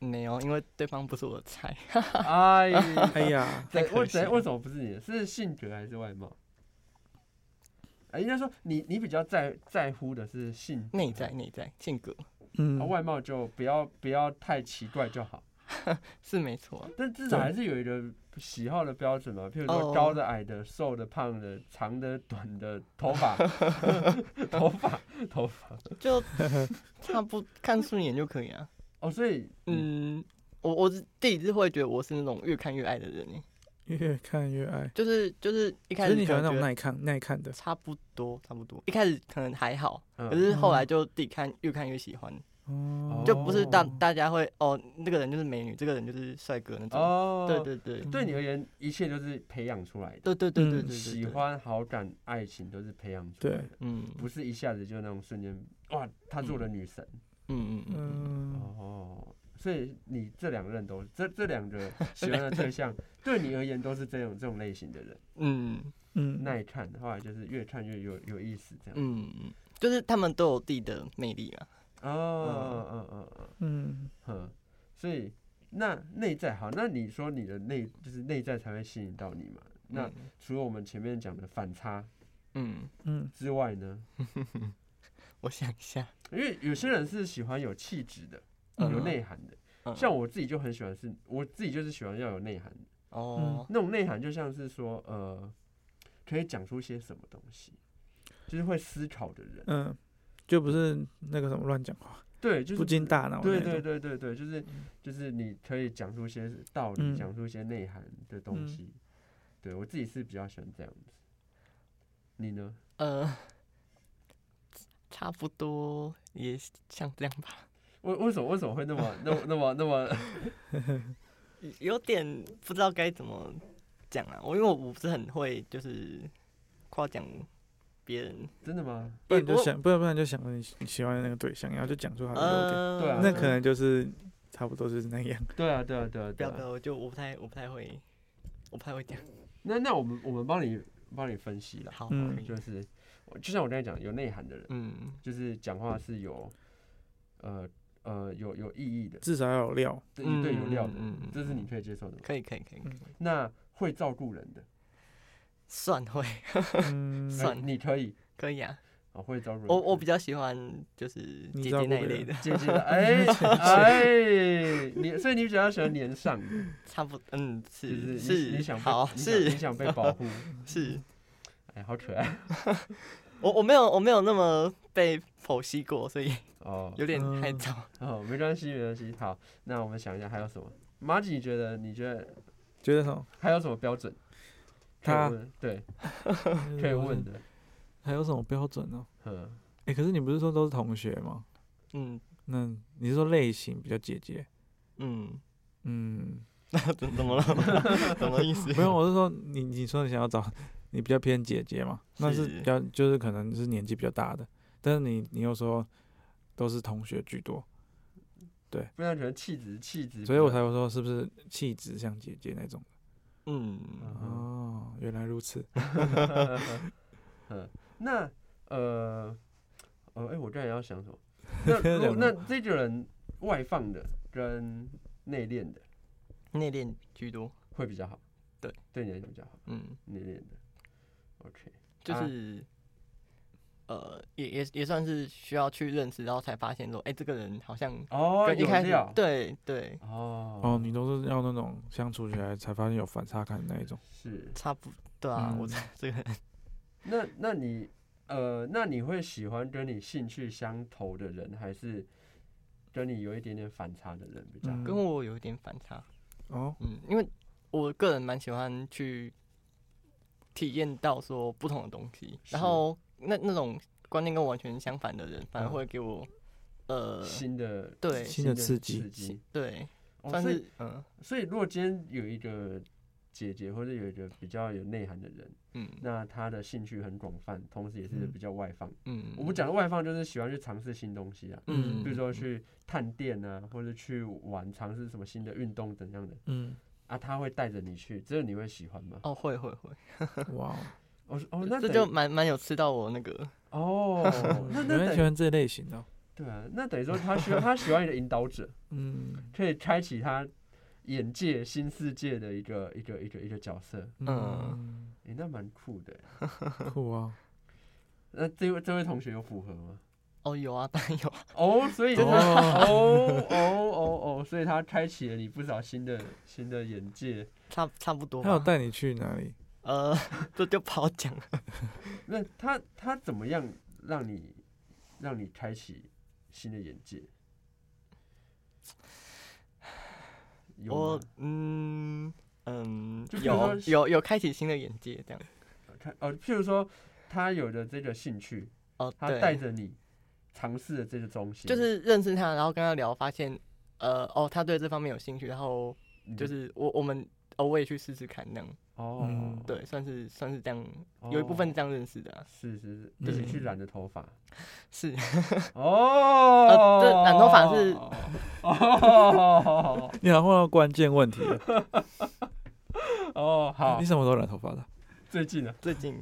[SPEAKER 1] 没有，因为对方不是我的菜。
[SPEAKER 2] 哎，
[SPEAKER 4] 哎呀，
[SPEAKER 2] 对，
[SPEAKER 1] 可
[SPEAKER 2] 为
[SPEAKER 1] 惜
[SPEAKER 2] 谁为什么不是你的？是性格还是外貌？哎，应该说你你比较在在乎的是性格
[SPEAKER 1] 内在内在性格
[SPEAKER 4] 嗯
[SPEAKER 2] 啊，，外貌就不要不要太奇怪就好，
[SPEAKER 1] 是没错 啊，
[SPEAKER 2] 但至少
[SPEAKER 4] 对
[SPEAKER 2] 还是有一个喜好的标准嘛，譬如说
[SPEAKER 1] 哦
[SPEAKER 2] 高的、矮的、瘦的、胖的、长的、短的，头 发、 头发、头发。
[SPEAKER 1] 就差不看顺眼就可以啊。
[SPEAKER 2] 哦，所以嗯，
[SPEAKER 1] 嗯，我我是自己是会觉得我是那种越看越爱的人欸，
[SPEAKER 4] 越看越爱。
[SPEAKER 1] 就是就是一
[SPEAKER 4] 可
[SPEAKER 1] 开
[SPEAKER 4] 是
[SPEAKER 1] 始
[SPEAKER 4] 你喜
[SPEAKER 1] 可
[SPEAKER 4] 欢
[SPEAKER 1] 能觉得
[SPEAKER 4] 那种耐看耐看的，
[SPEAKER 1] 差不多差不多，一开始可能还好，
[SPEAKER 2] 嗯
[SPEAKER 1] 可是后来就自己看越看越喜欢，
[SPEAKER 4] 哦
[SPEAKER 1] 就不是大
[SPEAKER 2] 哦
[SPEAKER 1] 大家会哦，那个人就是美女，这个人就是帅哥那种。
[SPEAKER 2] 哦，
[SPEAKER 1] 对，对对
[SPEAKER 2] 对你而言，一切都是培养出来的，
[SPEAKER 1] 对对对对对
[SPEAKER 4] 嗯
[SPEAKER 1] 对，
[SPEAKER 2] 喜欢、好感、爱情都是培养出来
[SPEAKER 4] 对
[SPEAKER 2] 的，
[SPEAKER 1] 嗯
[SPEAKER 2] 不是一下子就那种瞬间哇，她做了女神。
[SPEAKER 1] 嗯嗯嗯，
[SPEAKER 4] 嗯，
[SPEAKER 2] 哦，所以你这两任都这这两个喜欢的对 象，对你而言都是这种这种类型的人，
[SPEAKER 1] 嗯
[SPEAKER 4] 嗯，
[SPEAKER 2] 耐看，后来就是越看越有有意思这样。
[SPEAKER 1] 嗯嗯，就是他们都有自己的魅力啊嘛。
[SPEAKER 2] 哦，嗯嗯嗯
[SPEAKER 4] 嗯，
[SPEAKER 2] 嗯，所以那内在好，那你说你的内就是内在才会吸引到你嘛？那
[SPEAKER 1] 嗯
[SPEAKER 2] 除了我们前面讲的反差
[SPEAKER 1] 嗯，
[SPEAKER 4] 嗯，
[SPEAKER 2] 之外呢？
[SPEAKER 1] 我想一下，
[SPEAKER 2] 因为有些人是喜欢有气质的、
[SPEAKER 1] 嗯
[SPEAKER 2] 有内涵的，
[SPEAKER 1] 嗯
[SPEAKER 2] 像我自己就很喜欢是，我自己就是喜欢要有内涵的。
[SPEAKER 1] 哦，
[SPEAKER 2] 那种内涵就像是说，呃，可以讲出些什么东西，就是会思考的人，
[SPEAKER 4] 嗯，就不是那个什么乱讲话，
[SPEAKER 2] 对，就
[SPEAKER 4] 不
[SPEAKER 2] 是
[SPEAKER 4] 经大脑那
[SPEAKER 2] 对
[SPEAKER 4] 种。
[SPEAKER 2] 对对对对，就是就是你可以讲出些道理，
[SPEAKER 4] 嗯
[SPEAKER 2] 讲、出一些内涵的东
[SPEAKER 4] 嗯
[SPEAKER 2] 西。对我自己是比较喜欢这样子，你呢？
[SPEAKER 4] 嗯
[SPEAKER 1] 呃，差不多也像这样吧，
[SPEAKER 2] 为为什么为什么会那么那么那么那么？
[SPEAKER 1] 有点不知道该怎么讲啊。我因为我不是很会就是夸奖别人，
[SPEAKER 2] 真的吗？
[SPEAKER 4] 不然你
[SPEAKER 1] 我
[SPEAKER 4] 就想，不然不然就想你喜你喜欢的那个对象，然后就讲出他的优点，
[SPEAKER 1] 呃，
[SPEAKER 2] 对啊
[SPEAKER 4] 那可能就是差不多就是那样。
[SPEAKER 2] 对啊，对啊，对啊，
[SPEAKER 1] 不
[SPEAKER 2] 对
[SPEAKER 1] 要不
[SPEAKER 2] 啊。
[SPEAKER 1] 要，我就我不太我不太会，我不太会讲。
[SPEAKER 2] 那那我们我们帮你帮你分析啦，
[SPEAKER 1] 好，
[SPEAKER 4] 嗯
[SPEAKER 1] 好可以
[SPEAKER 2] 就是我就像我刚才讲，有内涵的人，
[SPEAKER 1] 嗯，
[SPEAKER 2] 就是讲话是有呃呃有有意义的，
[SPEAKER 4] 至少要有料，
[SPEAKER 2] 对对有料的，
[SPEAKER 1] 嗯嗯嗯嗯
[SPEAKER 2] 这是你可以接受的吗。
[SPEAKER 1] 可以可以可以，
[SPEAKER 4] 嗯
[SPEAKER 1] 可以
[SPEAKER 2] 那会照顾人的，
[SPEAKER 1] 算会
[SPEAKER 4] 嗯，
[SPEAKER 1] 算
[SPEAKER 2] 哎你可以
[SPEAKER 1] 可以啊。
[SPEAKER 2] 啊，会照顾人。
[SPEAKER 1] 我我比较喜欢就是
[SPEAKER 4] 你
[SPEAKER 1] 姐
[SPEAKER 4] 照
[SPEAKER 1] 姐
[SPEAKER 4] 顾
[SPEAKER 1] 那一类
[SPEAKER 4] 别人
[SPEAKER 1] 的，
[SPEAKER 2] 接近的，哎哎，你所以你比较喜欢年上的，
[SPEAKER 1] 差不多嗯
[SPEAKER 2] 就是
[SPEAKER 1] 是
[SPEAKER 2] 你你想
[SPEAKER 1] 是
[SPEAKER 2] 被
[SPEAKER 1] 好
[SPEAKER 2] 你想
[SPEAKER 1] 是
[SPEAKER 2] 你想被保 护，
[SPEAKER 1] 是，
[SPEAKER 2] 哎，好可爱
[SPEAKER 1] 我我没有我没有那么被剖析过，所以
[SPEAKER 2] 哦
[SPEAKER 1] 有点太
[SPEAKER 4] 嗯
[SPEAKER 1] 早。
[SPEAKER 2] 哦，没关系没关系，好，那我们想一下还有什么？马吉，你觉得你觉得
[SPEAKER 4] 觉得什么？
[SPEAKER 2] 还有什么标准？可以
[SPEAKER 4] 他
[SPEAKER 2] 问对 可以问的，
[SPEAKER 4] 还有什么标准呢？
[SPEAKER 2] 嗯，
[SPEAKER 4] 哎，可是你不是说都是同学吗？
[SPEAKER 1] 嗯
[SPEAKER 4] 那你是说类型比较姐姐？
[SPEAKER 1] 嗯，
[SPEAKER 4] 嗯，
[SPEAKER 1] 怎怎么了？ 什么意思？
[SPEAKER 4] 没有，我是说你你说你想要找你比较偏姐姐嘛？那是
[SPEAKER 1] 是
[SPEAKER 4] 比较就是可能是年纪比较大的，但是你你又说都是同学居多，
[SPEAKER 2] 不然觉得气质气质比较，
[SPEAKER 4] 所以我才会说是不是气质像姐姐那种？
[SPEAKER 1] 嗯，
[SPEAKER 2] 嗯
[SPEAKER 4] 哦，原来如此。
[SPEAKER 2] 哼嗯，那呃呃，哎，我刚才要想什 么？那如果
[SPEAKER 4] 想
[SPEAKER 2] 那
[SPEAKER 4] 什
[SPEAKER 2] 这种人外放的跟内敛的
[SPEAKER 1] 内敛居多。
[SPEAKER 2] 会比较好，
[SPEAKER 1] 对，
[SPEAKER 2] 对你来讲比较好，
[SPEAKER 1] 嗯，
[SPEAKER 2] 内敛的，OK，
[SPEAKER 1] 就
[SPEAKER 2] 啊
[SPEAKER 1] 是。呃，也也也算是需要去认识，然后才发现说，哎、这个人好像
[SPEAKER 2] 哦，
[SPEAKER 1] 跟一
[SPEAKER 2] 有
[SPEAKER 1] 开始
[SPEAKER 2] 料，
[SPEAKER 1] 对对，
[SPEAKER 2] 哦
[SPEAKER 4] 哦，你都是要那种相处起来才发现有反差感的那一种。
[SPEAKER 2] 是
[SPEAKER 1] 差不对啊，我
[SPEAKER 4] 嗯
[SPEAKER 1] 这这个人
[SPEAKER 2] 那那你呃，那你会喜欢跟你兴趣相投的人，还是跟你有一点点反差的人比较好？
[SPEAKER 4] 嗯
[SPEAKER 1] 跟我有一点反差，
[SPEAKER 4] 哦，
[SPEAKER 1] 嗯，因为我个人蛮喜欢去体验到说不同的东西，然
[SPEAKER 2] 是
[SPEAKER 1] 后那那种观念跟我完全相反的人，反而
[SPEAKER 2] 嗯
[SPEAKER 1] 会给我呃，
[SPEAKER 2] 新的
[SPEAKER 1] 对
[SPEAKER 4] 嗯新的刺激
[SPEAKER 2] 刺激，
[SPEAKER 1] 对，
[SPEAKER 2] 哦
[SPEAKER 1] 算
[SPEAKER 2] 所以
[SPEAKER 1] 是嗯
[SPEAKER 2] 所以如果今天有一个姐姐或者有一个比较有内涵的人，
[SPEAKER 1] 嗯
[SPEAKER 2] 那她的兴趣很广泛，同时也是
[SPEAKER 4] 嗯
[SPEAKER 2] 比较外放。
[SPEAKER 1] 嗯，
[SPEAKER 2] 我们讲的外放就是喜欢去尝试新东西啊，
[SPEAKER 1] 嗯，
[SPEAKER 2] 比如说
[SPEAKER 1] 嗯
[SPEAKER 2] 去探店啊，或者去玩尝试什么新的运动怎样的
[SPEAKER 4] 嗯，
[SPEAKER 2] 啊，她会带着你去，这个你会喜欢吗？
[SPEAKER 1] 哦会会会，
[SPEAKER 4] 哇
[SPEAKER 2] 哦
[SPEAKER 4] 哦，
[SPEAKER 2] 哦，那
[SPEAKER 1] 这
[SPEAKER 2] 等
[SPEAKER 1] 就
[SPEAKER 2] 于
[SPEAKER 1] 蛮蛮有吃到我那个
[SPEAKER 2] 哦，那
[SPEAKER 4] 你
[SPEAKER 2] 那
[SPEAKER 4] 蛮
[SPEAKER 2] 等
[SPEAKER 4] 喜
[SPEAKER 1] 啊
[SPEAKER 2] 于
[SPEAKER 4] 欢这类型的哦。
[SPEAKER 2] 对啊，那等于说他需要他喜欢你的引导者，
[SPEAKER 4] 嗯
[SPEAKER 2] 可以开启他眼界新世界的一个一个一个一个角色，
[SPEAKER 4] 嗯，
[SPEAKER 2] 诶、那蛮酷的欸。
[SPEAKER 4] 酷啊，
[SPEAKER 2] 那这位这位同学有符合吗？
[SPEAKER 1] 哦有啊当然有啊，
[SPEAKER 2] 哦，所以他
[SPEAKER 4] 真的
[SPEAKER 2] 哦哦哦哦，所以他开启了你不少新的新的眼界。
[SPEAKER 1] 差差不多
[SPEAKER 4] 他有
[SPEAKER 1] 吧，
[SPEAKER 4] 带你去哪里？
[SPEAKER 1] 呃 这就不好讲了，
[SPEAKER 2] 那他他怎么样让你让你开启新的眼界？有
[SPEAKER 1] 我
[SPEAKER 2] 吗
[SPEAKER 1] 嗯嗯
[SPEAKER 2] 就比如
[SPEAKER 1] 有
[SPEAKER 2] 说
[SPEAKER 1] 有有开启新的眼界这样，
[SPEAKER 2] 看哦，譬如说他有的这个兴趣，
[SPEAKER 1] 哦
[SPEAKER 2] 他
[SPEAKER 1] 对，
[SPEAKER 2] 带着你尝试了这个东西，
[SPEAKER 1] 就是认识他，然后跟他聊，发现呃哦，他对这方面有兴趣，然后
[SPEAKER 2] 你
[SPEAKER 1] 就是我我们哦我也去试试看那样，
[SPEAKER 2] 哦、
[SPEAKER 4] 嗯
[SPEAKER 1] 对，算是算是这样，有一部分是这样认识的、啊
[SPEAKER 2] 哦，是是是，
[SPEAKER 4] 对
[SPEAKER 2] 一起去染的头发
[SPEAKER 1] 是
[SPEAKER 2] 哦，
[SPEAKER 1] 这呃染头发是
[SPEAKER 2] 哦
[SPEAKER 4] 你好像问到关键问题了，
[SPEAKER 2] 哦 好
[SPEAKER 4] 你，什么时候染头发的？
[SPEAKER 2] 最近的
[SPEAKER 1] 最近，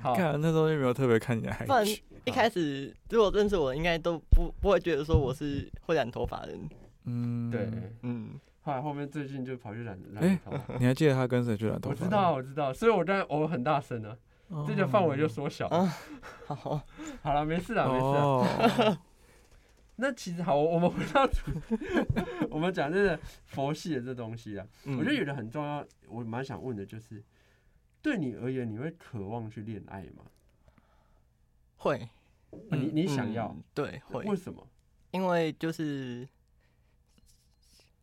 [SPEAKER 2] 好
[SPEAKER 4] 看那时候就没有特别看你的
[SPEAKER 1] 不然
[SPEAKER 4] IG。
[SPEAKER 1] 一开始如果认识我，应该都不不会觉得说我是会染头发的人，
[SPEAKER 4] 嗯，
[SPEAKER 2] 对，，
[SPEAKER 1] 嗯，
[SPEAKER 2] 后来后面最近就跑去染染
[SPEAKER 4] 哎
[SPEAKER 2] 头发。
[SPEAKER 4] 你还记得他跟谁去染头
[SPEAKER 2] 我
[SPEAKER 4] 发？哦
[SPEAKER 2] 知道，，我知道，所以我刚才我很大声啊，这个范围就缩小。
[SPEAKER 1] 啊好，
[SPEAKER 2] 好了，没事了，没事啊啦。
[SPEAKER 4] 哦，
[SPEAKER 2] 那其实好，我 我们回到主，我们讲这个佛系的这东西啊，
[SPEAKER 1] 嗯
[SPEAKER 2] 我觉得有的很重要，我蛮想问的就是，对你而言，你会渴望去恋爱吗？
[SPEAKER 1] 会，
[SPEAKER 2] 啊你你想
[SPEAKER 1] 嗯
[SPEAKER 2] 要？
[SPEAKER 1] 对会，
[SPEAKER 2] 为什么？
[SPEAKER 1] 因为就是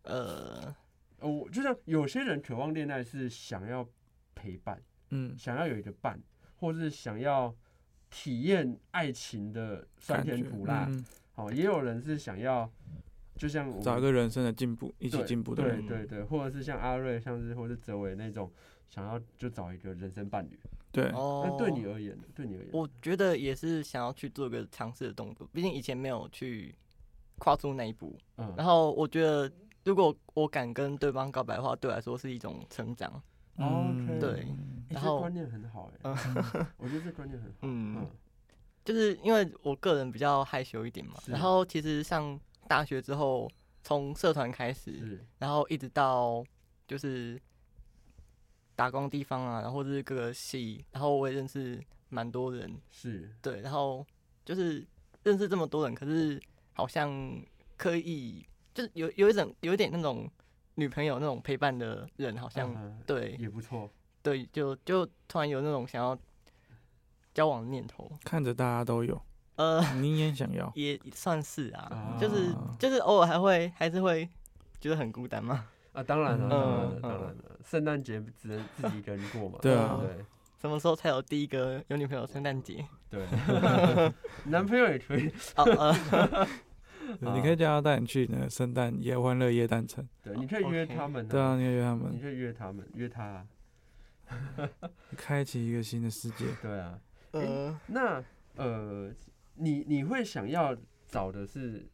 [SPEAKER 1] 呃
[SPEAKER 2] 呃我就像有些人渴望恋爱是想要陪伴，
[SPEAKER 4] 嗯，
[SPEAKER 2] 想要有一个伴，或是想要体验爱情的 酸
[SPEAKER 4] 感
[SPEAKER 2] 甜
[SPEAKER 4] 觉
[SPEAKER 2] 苦辣。
[SPEAKER 4] 嗯
[SPEAKER 2] 好、也有人是想要，就像我
[SPEAKER 4] 找一
[SPEAKER 2] 们
[SPEAKER 4] 个人生的进步，一
[SPEAKER 2] 一
[SPEAKER 4] 起进步的
[SPEAKER 2] 对
[SPEAKER 4] 人。
[SPEAKER 2] 对对，或者是像阿瑞，像是或是哲伟那种，想要就找一个人生伴侣。
[SPEAKER 4] 对，
[SPEAKER 1] 哦，
[SPEAKER 2] 那对你而言呢，对你而言，
[SPEAKER 1] 我觉得也是想要去做个尝试的动作，毕竟以前没有去跨出那一步。
[SPEAKER 2] 嗯，
[SPEAKER 1] 然后我觉得，如果我敢跟对方告白的话，对我来说是一种成长。
[SPEAKER 4] 嗯
[SPEAKER 2] OK
[SPEAKER 1] 对
[SPEAKER 2] 欸、
[SPEAKER 1] 然
[SPEAKER 2] 这
[SPEAKER 1] 后
[SPEAKER 2] 观念很好哎、我觉得这观念很好。
[SPEAKER 1] 嗯
[SPEAKER 2] 嗯，
[SPEAKER 1] 就是因为我个人比较害羞一点嘛，
[SPEAKER 2] 是
[SPEAKER 1] 然后其实上大学之后，从社团开始，
[SPEAKER 2] 嗯是
[SPEAKER 1] 然后一直到就是打工地方啊，然后或者是各个系，然后我也认识蛮多人，
[SPEAKER 2] 是，
[SPEAKER 1] 对，然后就是认识这么多人，可是好像可以就是有有一种有一点那种女朋友那种陪伴的人，好像、
[SPEAKER 2] 嗯
[SPEAKER 1] 对
[SPEAKER 2] 也不错。
[SPEAKER 1] 对，就就突然有那种想要交往的念头，
[SPEAKER 4] 看着大家都有，
[SPEAKER 1] 呃。，
[SPEAKER 4] 你也想要
[SPEAKER 1] 也算是啊，
[SPEAKER 2] 啊
[SPEAKER 1] 就是就是偶尔还会还是会觉得很孤单嘛，
[SPEAKER 2] 啊，当然了，当然了，
[SPEAKER 1] 嗯
[SPEAKER 2] 当然了，圣诞节只能自己一个人过嘛，
[SPEAKER 4] 对
[SPEAKER 1] 啊
[SPEAKER 2] 对
[SPEAKER 1] 什么时候才有第一个有女朋友的圣诞节？
[SPEAKER 2] 对， 男朋友也可以，
[SPEAKER 1] 哦 呃，
[SPEAKER 4] 对你可以叫他带你去那个圣诞夜欢乐夜诞城，
[SPEAKER 2] 对，你可以约
[SPEAKER 1] OK
[SPEAKER 2] 他们，
[SPEAKER 4] 对啊，，你可以约他们
[SPEAKER 2] 你可以约他们，约他啊，
[SPEAKER 4] 开启一个新的世界。
[SPEAKER 2] 对啊，
[SPEAKER 1] 呃，
[SPEAKER 2] 那呃，你你会想要找的是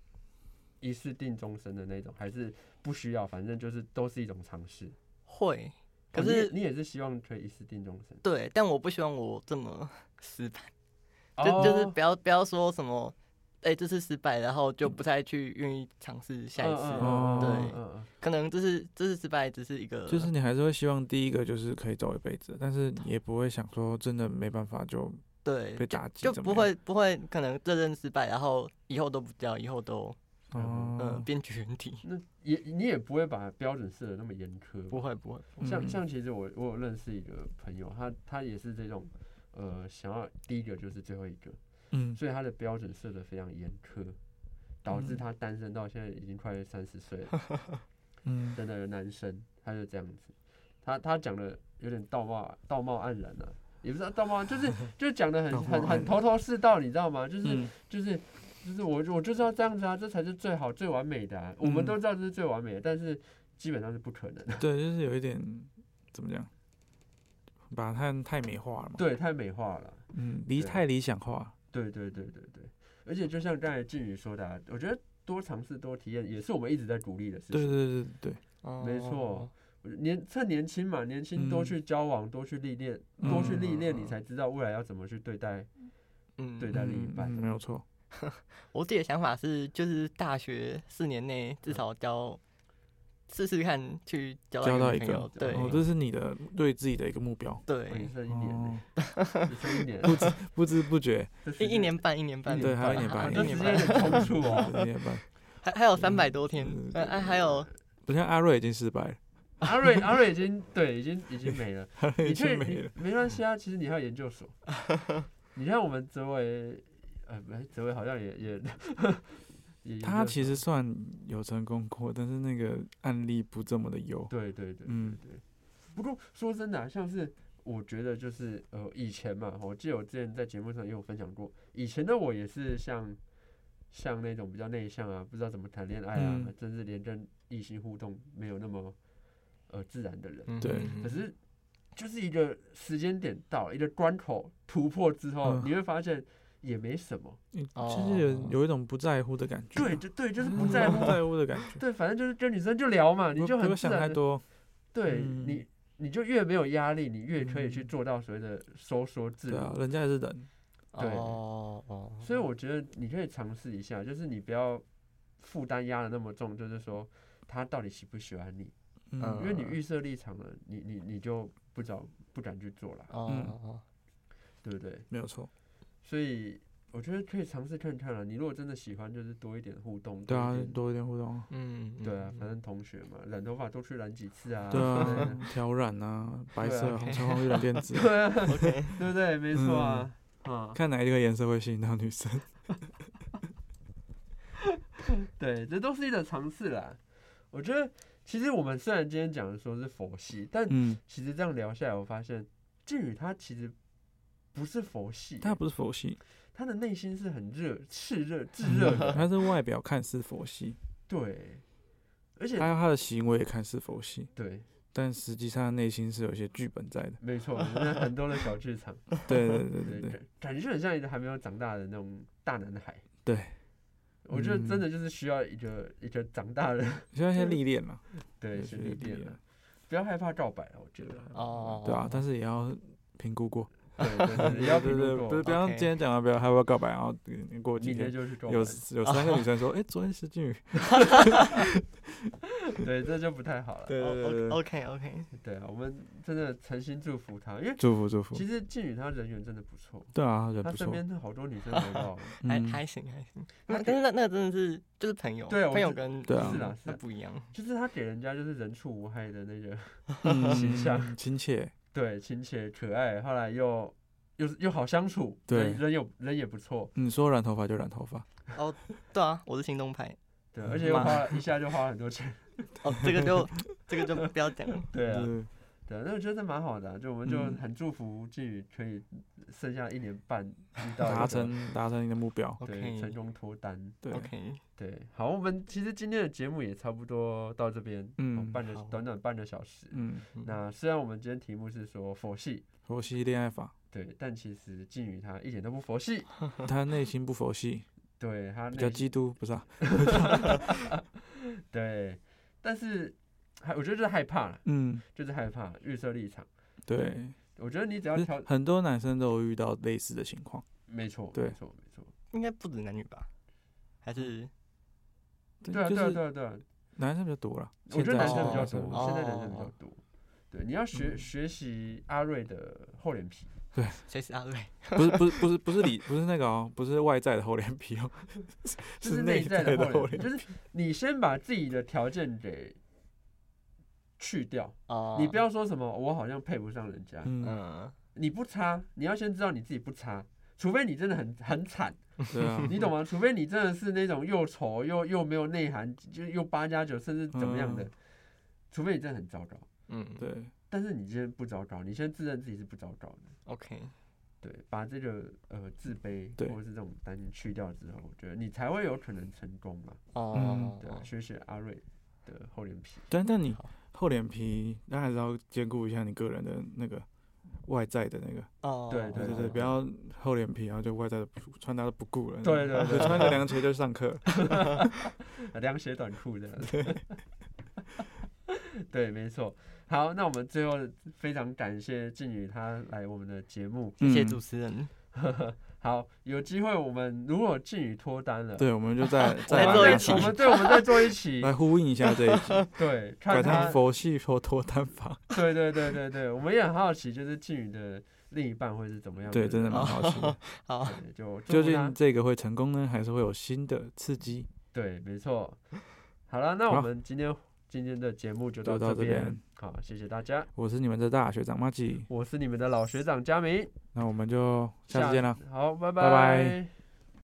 [SPEAKER 2] 一次定终身的那种，还是不需要？反正就是都是一种尝试。
[SPEAKER 1] 会，可
[SPEAKER 2] 哦你也
[SPEAKER 1] 是
[SPEAKER 2] 你也是希望可以一次定终身，
[SPEAKER 1] 对，但我不希望我这么失败，就就是
[SPEAKER 2] 哦
[SPEAKER 1] 不要不要说什么，哎，这次失败，然后就不再去愿意尝试下一
[SPEAKER 2] 嗯
[SPEAKER 1] 次，
[SPEAKER 2] 嗯嗯嗯
[SPEAKER 1] 对
[SPEAKER 2] 嗯嗯嗯
[SPEAKER 1] 可能这次这次失败只是一个，
[SPEAKER 4] 就是你还是会希望第一个就是可以走一辈子，但是你也不会想说真的没办法就
[SPEAKER 1] 对
[SPEAKER 4] 被，打击
[SPEAKER 1] 就
[SPEAKER 4] 怎么
[SPEAKER 1] 不
[SPEAKER 4] 样
[SPEAKER 1] 会不会可能这任失败，然后以后都不交，以后都嗯
[SPEAKER 4] 哦，
[SPEAKER 1] 变局原体，
[SPEAKER 2] 那也你也不会把标准设的那么严苛吧，
[SPEAKER 1] 不会不会，
[SPEAKER 2] 像
[SPEAKER 4] 嗯
[SPEAKER 2] 像其实我我有认识一个朋友，他他也是这种，呃，想要第一个就是最后一个，
[SPEAKER 4] 嗯，
[SPEAKER 2] 所以他的标准设的非常严苛，导致
[SPEAKER 4] 嗯
[SPEAKER 2] 他单身到现在已经快三十岁了，
[SPEAKER 4] 嗯
[SPEAKER 2] 真的有男生他就这样子，他他讲的有点道貌道貌岸然啊，也不是道貌岸，就是就讲的
[SPEAKER 4] 道
[SPEAKER 2] 很
[SPEAKER 4] 貌
[SPEAKER 2] 很
[SPEAKER 4] 岸
[SPEAKER 2] 很
[SPEAKER 4] 然
[SPEAKER 2] 头头是道，你知道吗？就是、
[SPEAKER 4] 嗯，
[SPEAKER 2] 就是就是我我就是要这样子啊，这才是最好最完美的、啊，我们
[SPEAKER 4] 嗯
[SPEAKER 2] 都知道这是最完美的，但是基本上是不可能的，
[SPEAKER 4] 对，就是有一点怎么讲，把它太美化了嘛，，
[SPEAKER 2] 对，太美化了。
[SPEAKER 4] 嗯，理
[SPEAKER 2] 对
[SPEAKER 4] 太理想化，
[SPEAKER 2] 对对对对对，而且就像刚才靖宇说的、啊，我觉得多尝试多体验也是我们一直在鼓励的事
[SPEAKER 4] 对
[SPEAKER 2] 情。
[SPEAKER 4] 对对对
[SPEAKER 2] 没
[SPEAKER 1] 哦
[SPEAKER 2] 错，年趁年轻嘛，年轻多
[SPEAKER 4] 嗯
[SPEAKER 2] 去交往，多去历练，多去历练，
[SPEAKER 1] 嗯
[SPEAKER 2] 你才知道未来要怎么去对待。
[SPEAKER 1] 嗯，
[SPEAKER 2] 对
[SPEAKER 4] 对，
[SPEAKER 2] 待另一
[SPEAKER 4] 嗯
[SPEAKER 2] 半
[SPEAKER 4] 嗯没有错，
[SPEAKER 1] 我自己的想法是，就是大学四年内至少交，试试看去交
[SPEAKER 4] 交到
[SPEAKER 1] 一
[SPEAKER 4] 一
[SPEAKER 1] 个女
[SPEAKER 4] 个
[SPEAKER 1] 朋友，对、
[SPEAKER 4] 哦，这是你的对自己的一个目标，
[SPEAKER 2] 哎
[SPEAKER 1] 对，
[SPEAKER 2] 剩一年
[SPEAKER 4] 哦
[SPEAKER 2] 呢，，你剩一 年，
[SPEAKER 4] 不知不觉，
[SPEAKER 2] 这时
[SPEAKER 1] 一
[SPEAKER 2] 间
[SPEAKER 1] 一年半，一年半，
[SPEAKER 4] 嗯对，还有一年
[SPEAKER 1] 啊
[SPEAKER 4] 半，
[SPEAKER 1] 这
[SPEAKER 2] 这
[SPEAKER 1] 一
[SPEAKER 2] 时
[SPEAKER 1] 年
[SPEAKER 2] 间有
[SPEAKER 1] 半，
[SPEAKER 2] 点冲突哦。
[SPEAKER 4] 一年半，
[SPEAKER 1] 还还有三百多天，呃，啊还有
[SPEAKER 4] 不像阿瑞已经失败了，
[SPEAKER 2] 阿瑞，阿瑞已经对，已经已经没了。
[SPEAKER 4] 阿瑞
[SPEAKER 2] 你
[SPEAKER 4] 已
[SPEAKER 2] 去
[SPEAKER 4] 经没了，
[SPEAKER 2] 你没关系啊，其实你还有研 究所。你看我们泽伟，呃，不是泽伟好像也 也也研
[SPEAKER 4] 他
[SPEAKER 2] 究
[SPEAKER 4] 其
[SPEAKER 2] 所
[SPEAKER 4] 实算有成功过，但是那个案例不这么的优，
[SPEAKER 2] 对对对，
[SPEAKER 4] 嗯
[SPEAKER 2] 对对。不过说真的、啊，像是我觉得就是呃，以前嘛，我记得我之前在节目上也有分享过，以前的我也是像像那种比较内向啊，不知道怎么谈恋爱啊，
[SPEAKER 4] 嗯
[SPEAKER 2] 甚至连跟异性互动没有那么呃自然的人。
[SPEAKER 1] 嗯
[SPEAKER 4] 对
[SPEAKER 1] 嗯
[SPEAKER 2] 可是就是一个时间点到了，一个关口突破之后，
[SPEAKER 4] 嗯
[SPEAKER 2] 你会发现也没什么。
[SPEAKER 4] 嗯就是有有一种不在乎的感觉，
[SPEAKER 2] 哦对，就对，就是不在乎
[SPEAKER 4] 不。在乎的感觉，
[SPEAKER 2] 对，反正就是跟女生就聊嘛，你
[SPEAKER 4] 不
[SPEAKER 2] 就
[SPEAKER 4] 不
[SPEAKER 2] 很
[SPEAKER 4] 要
[SPEAKER 2] 自
[SPEAKER 4] 想
[SPEAKER 2] 然
[SPEAKER 4] 太
[SPEAKER 2] 地
[SPEAKER 4] 多，
[SPEAKER 2] 对
[SPEAKER 4] 嗯
[SPEAKER 2] 你，你就越没有压力，你越可以去
[SPEAKER 4] 嗯
[SPEAKER 2] 做到所谓的收缩自
[SPEAKER 4] 对啊，
[SPEAKER 2] 如。
[SPEAKER 4] 人家也是人，
[SPEAKER 2] 对
[SPEAKER 1] 哦哦，
[SPEAKER 2] 所以我觉得你可以尝试一下，就是你不要负担压的那么重，就是说他到底喜不喜欢你，因为你
[SPEAKER 1] 嗯
[SPEAKER 2] 预设立场了，你你你就不找不敢去做了，
[SPEAKER 1] 哦
[SPEAKER 4] 嗯
[SPEAKER 1] 哦哦
[SPEAKER 2] 对不对？
[SPEAKER 4] 没有错，
[SPEAKER 2] 所以我觉得可以尝试看看了。你如果真的喜欢，就是多一点互动，
[SPEAKER 4] 对啊
[SPEAKER 2] 多一，点
[SPEAKER 4] 多一点互动啊，
[SPEAKER 1] 嗯，嗯
[SPEAKER 2] 对啊，反正同学嘛，染头发多去染几次啊，
[SPEAKER 4] 对
[SPEAKER 2] 之类的
[SPEAKER 4] 啊， 挑染啊，白
[SPEAKER 2] 对啊
[SPEAKER 4] 色、红橙黄绿蓝靛紫，
[SPEAKER 2] 对啊，对不对？没错啊，啊，
[SPEAKER 4] 看哪一个颜色会吸引到 女生，
[SPEAKER 2] 对，这都是一种尝试啦。我觉得，其实我们虽然今天讲的说是佛系，但
[SPEAKER 4] 嗯，
[SPEAKER 2] 其实这样聊下来，我发现靖宇他其实不是佛系欸，
[SPEAKER 4] 他不是佛系，
[SPEAKER 2] 他的内心是很热、炽热、炙热的。
[SPEAKER 4] 他是外表看似佛系，
[SPEAKER 2] 对，而且
[SPEAKER 4] 还有他的行为也看似佛系，
[SPEAKER 2] 对，
[SPEAKER 4] 但实际上他内心是有一些剧本在的，
[SPEAKER 2] 没错，我们很多的小剧场，
[SPEAKER 4] 对对对对
[SPEAKER 2] 对，
[SPEAKER 4] 对
[SPEAKER 2] 感感觉很像一个还没有长大的那种大男孩。
[SPEAKER 4] 对，
[SPEAKER 2] 我觉得真
[SPEAKER 4] 嗯
[SPEAKER 2] 的就是需要一个一个长大的
[SPEAKER 4] 需要先历练嘛，
[SPEAKER 2] 对
[SPEAKER 4] 需
[SPEAKER 2] 心
[SPEAKER 4] 要
[SPEAKER 2] 理
[SPEAKER 4] 历啊
[SPEAKER 2] 点
[SPEAKER 4] 练
[SPEAKER 2] 了，，不要害怕告白啊了，我觉得
[SPEAKER 1] 哦，
[SPEAKER 4] 对啊，，但是也要评估过，
[SPEAKER 2] 对对对，也要
[SPEAKER 4] 对
[SPEAKER 2] 评
[SPEAKER 4] 对，
[SPEAKER 2] 估
[SPEAKER 4] 不
[SPEAKER 2] 过
[SPEAKER 4] 是，不要
[SPEAKER 1] OK
[SPEAKER 4] 今天讲了，不要害怕告白，然后嗯过几
[SPEAKER 2] 明天
[SPEAKER 4] 天
[SPEAKER 2] 就去告白
[SPEAKER 4] 有有， 三个女生说，哎，昨天是俊宇，
[SPEAKER 2] 对，这就不太好
[SPEAKER 1] 哦
[SPEAKER 2] 了。
[SPEAKER 4] 对对
[SPEAKER 2] 哦
[SPEAKER 4] 对，
[SPEAKER 1] ，OK OK，
[SPEAKER 2] 对啊，我们真的诚心祝福他，因为
[SPEAKER 4] 祝福祝福
[SPEAKER 2] 其，实靖宇他人缘真的不错，
[SPEAKER 4] 对啊，人
[SPEAKER 2] 他
[SPEAKER 4] 不
[SPEAKER 2] 身
[SPEAKER 4] 错，
[SPEAKER 2] 边好多女生都 到了，
[SPEAKER 1] 还
[SPEAKER 4] 嗯
[SPEAKER 1] 还行还行，
[SPEAKER 2] 他
[SPEAKER 1] 那但是那那个真的是就是朋友，
[SPEAKER 2] 对我
[SPEAKER 1] 朋友
[SPEAKER 2] 知
[SPEAKER 1] 跟
[SPEAKER 4] 对啊
[SPEAKER 2] 是啦是
[SPEAKER 1] 那
[SPEAKER 2] 啦
[SPEAKER 1] 不一样，
[SPEAKER 2] 就是他给人家就是人畜无害的那个，
[SPEAKER 4] 嗯
[SPEAKER 2] 形象
[SPEAKER 4] 亲切，
[SPEAKER 2] 对，亲切可爱，后来又又又好相处，
[SPEAKER 4] 对
[SPEAKER 2] 人人有人也不错，
[SPEAKER 4] 你嗯说染头发就染头发，
[SPEAKER 1] 对啊，我是行动派，
[SPEAKER 2] 对，
[SPEAKER 4] 嗯
[SPEAKER 2] 而且又
[SPEAKER 1] 妈
[SPEAKER 2] 花了一下就花了很多钱，
[SPEAKER 1] 哦，这个 就这个就不要讲了，
[SPEAKER 2] 对啊，
[SPEAKER 4] 对
[SPEAKER 2] 对啊，那我觉得蛮好的啊、就我们就
[SPEAKER 4] 嗯
[SPEAKER 2] 很祝福靖宇可以剩下一年半遇到一
[SPEAKER 4] 达
[SPEAKER 2] 个
[SPEAKER 4] 成达成你的目标，
[SPEAKER 2] 对成
[SPEAKER 1] OK
[SPEAKER 2] 功脱单，
[SPEAKER 4] 对，
[SPEAKER 1] OK，
[SPEAKER 2] 对，好，我们其实今天的节目也差不多到这边，
[SPEAKER 4] 嗯
[SPEAKER 2] 哦半个
[SPEAKER 1] 好
[SPEAKER 2] 短短半个小时。
[SPEAKER 4] 嗯，
[SPEAKER 2] 那虽然我们今天题目是说佛系，
[SPEAKER 4] 佛系恋 爱法，
[SPEAKER 2] 对，但其实靖宇他一点都不佛系，
[SPEAKER 4] 他内心不佛系，
[SPEAKER 2] 对他
[SPEAKER 4] 比较
[SPEAKER 2] 内心
[SPEAKER 4] 基督，不是啊，
[SPEAKER 2] 对，但是还我觉得就是害怕了，
[SPEAKER 4] 嗯，
[SPEAKER 2] 就是害怕预设立场。
[SPEAKER 4] 对，
[SPEAKER 2] 我觉得你只要
[SPEAKER 4] 不是
[SPEAKER 2] 调，
[SPEAKER 4] 很多男生都有遇到类似的情况，
[SPEAKER 2] 没错，
[SPEAKER 4] 对
[SPEAKER 2] 没错，没错，
[SPEAKER 1] 应该不止男女吧？还是
[SPEAKER 4] 嗯对
[SPEAKER 2] 对啊，
[SPEAKER 4] 就
[SPEAKER 2] 对啊，
[SPEAKER 4] 是
[SPEAKER 2] 对啊，对啊，
[SPEAKER 4] 男生比较多了，
[SPEAKER 2] 我觉得
[SPEAKER 4] 现在
[SPEAKER 2] 男
[SPEAKER 4] 是
[SPEAKER 2] 生比
[SPEAKER 1] 哦
[SPEAKER 2] 较
[SPEAKER 1] 是
[SPEAKER 2] 多，
[SPEAKER 1] 哦
[SPEAKER 2] 现在男生比较
[SPEAKER 4] 哦
[SPEAKER 2] 多。对，你要学
[SPEAKER 4] 嗯
[SPEAKER 2] 学习阿瑞的厚脸皮，
[SPEAKER 1] 谁是阿 瑞？
[SPEAKER 4] 不是不是不是不是理 不是那个哦，不是外在的厚脸皮 哦，
[SPEAKER 2] 就是内
[SPEAKER 4] 内
[SPEAKER 2] 在
[SPEAKER 4] 在
[SPEAKER 2] 的
[SPEAKER 4] 的
[SPEAKER 2] 厚
[SPEAKER 4] 厚
[SPEAKER 2] 脸皮，
[SPEAKER 4] 脸
[SPEAKER 2] 就是你先把自己的条件给去掉，
[SPEAKER 1] 哦，
[SPEAKER 2] 你不要说什么我好像配不上人家，
[SPEAKER 4] 啊嗯，
[SPEAKER 1] 嗯，
[SPEAKER 2] 你不差，你要先知道你自己不差，除非你真的很很惨，
[SPEAKER 4] 对啊，
[SPEAKER 2] 嗯你懂吗？除非你真的是那种又丑又又没有内涵，就又八加九甚至怎么样的，
[SPEAKER 4] 嗯
[SPEAKER 2] 除非你真的很糟糕。
[SPEAKER 1] 嗯，对
[SPEAKER 4] 对，
[SPEAKER 2] 但是你今天不糟糕，你先自认自己是不糟糕的，
[SPEAKER 1] ，OK，
[SPEAKER 2] 对，把这个呃自卑
[SPEAKER 4] 对
[SPEAKER 2] 或者是这种担心去掉之后，我觉得你才会有可能成功嘛。
[SPEAKER 1] 哦，
[SPEAKER 2] 对啊，学学阿瑞的厚脸皮，
[SPEAKER 4] 但但你
[SPEAKER 1] 好
[SPEAKER 4] 厚脸皮，当然是要兼顾一下你个人的那个外在的那个，
[SPEAKER 1] 哦，
[SPEAKER 2] 对
[SPEAKER 4] 对对
[SPEAKER 2] 对
[SPEAKER 4] 对，不要厚脸皮，然后就外在的不穿搭都不顾了，
[SPEAKER 2] 对对对
[SPEAKER 4] 就穿个凉鞋就 上课，
[SPEAKER 2] 啊凉鞋短裤这样子。对，没错。好，那我们最后非常感谢靖宇他来我们的节目。
[SPEAKER 1] 谢谢
[SPEAKER 4] 嗯
[SPEAKER 1] 主持人，
[SPEAKER 2] 好，有机会我们如果靖宇脱单了，
[SPEAKER 4] 对，我们 就再
[SPEAKER 1] 再
[SPEAKER 4] 来
[SPEAKER 1] 做一
[SPEAKER 4] 聊
[SPEAKER 1] 期
[SPEAKER 2] 我
[SPEAKER 4] 聊
[SPEAKER 2] 们对，我们再做一 期
[SPEAKER 4] 来。呼应一下这一集，
[SPEAKER 2] 对， 看
[SPEAKER 4] 改
[SPEAKER 2] 他
[SPEAKER 4] 成，佛系佛脱单法，
[SPEAKER 2] 对对对对对，我们也很好奇，就是靖宇的另一半会是怎么样
[SPEAKER 4] 对，
[SPEAKER 2] 人
[SPEAKER 4] 真的蛮好奇
[SPEAKER 2] 哦
[SPEAKER 4] 的，
[SPEAKER 1] 好，
[SPEAKER 2] 对就 祝
[SPEAKER 4] 究
[SPEAKER 2] 福他
[SPEAKER 4] 竟。这个会成功呢，还是会有新的刺激？
[SPEAKER 2] 对，没错。好了，那我
[SPEAKER 4] 好
[SPEAKER 2] 们今天今天的节目就
[SPEAKER 4] 就
[SPEAKER 2] 到
[SPEAKER 4] 到
[SPEAKER 2] 这
[SPEAKER 4] 这
[SPEAKER 2] 边
[SPEAKER 4] 边。
[SPEAKER 2] 好，谢谢大家，
[SPEAKER 4] 我是你们的大学长马吉，
[SPEAKER 2] 我是你们的老学长佳明，
[SPEAKER 4] 那我们就下次见啦。
[SPEAKER 2] 好，拜
[SPEAKER 4] 拜拜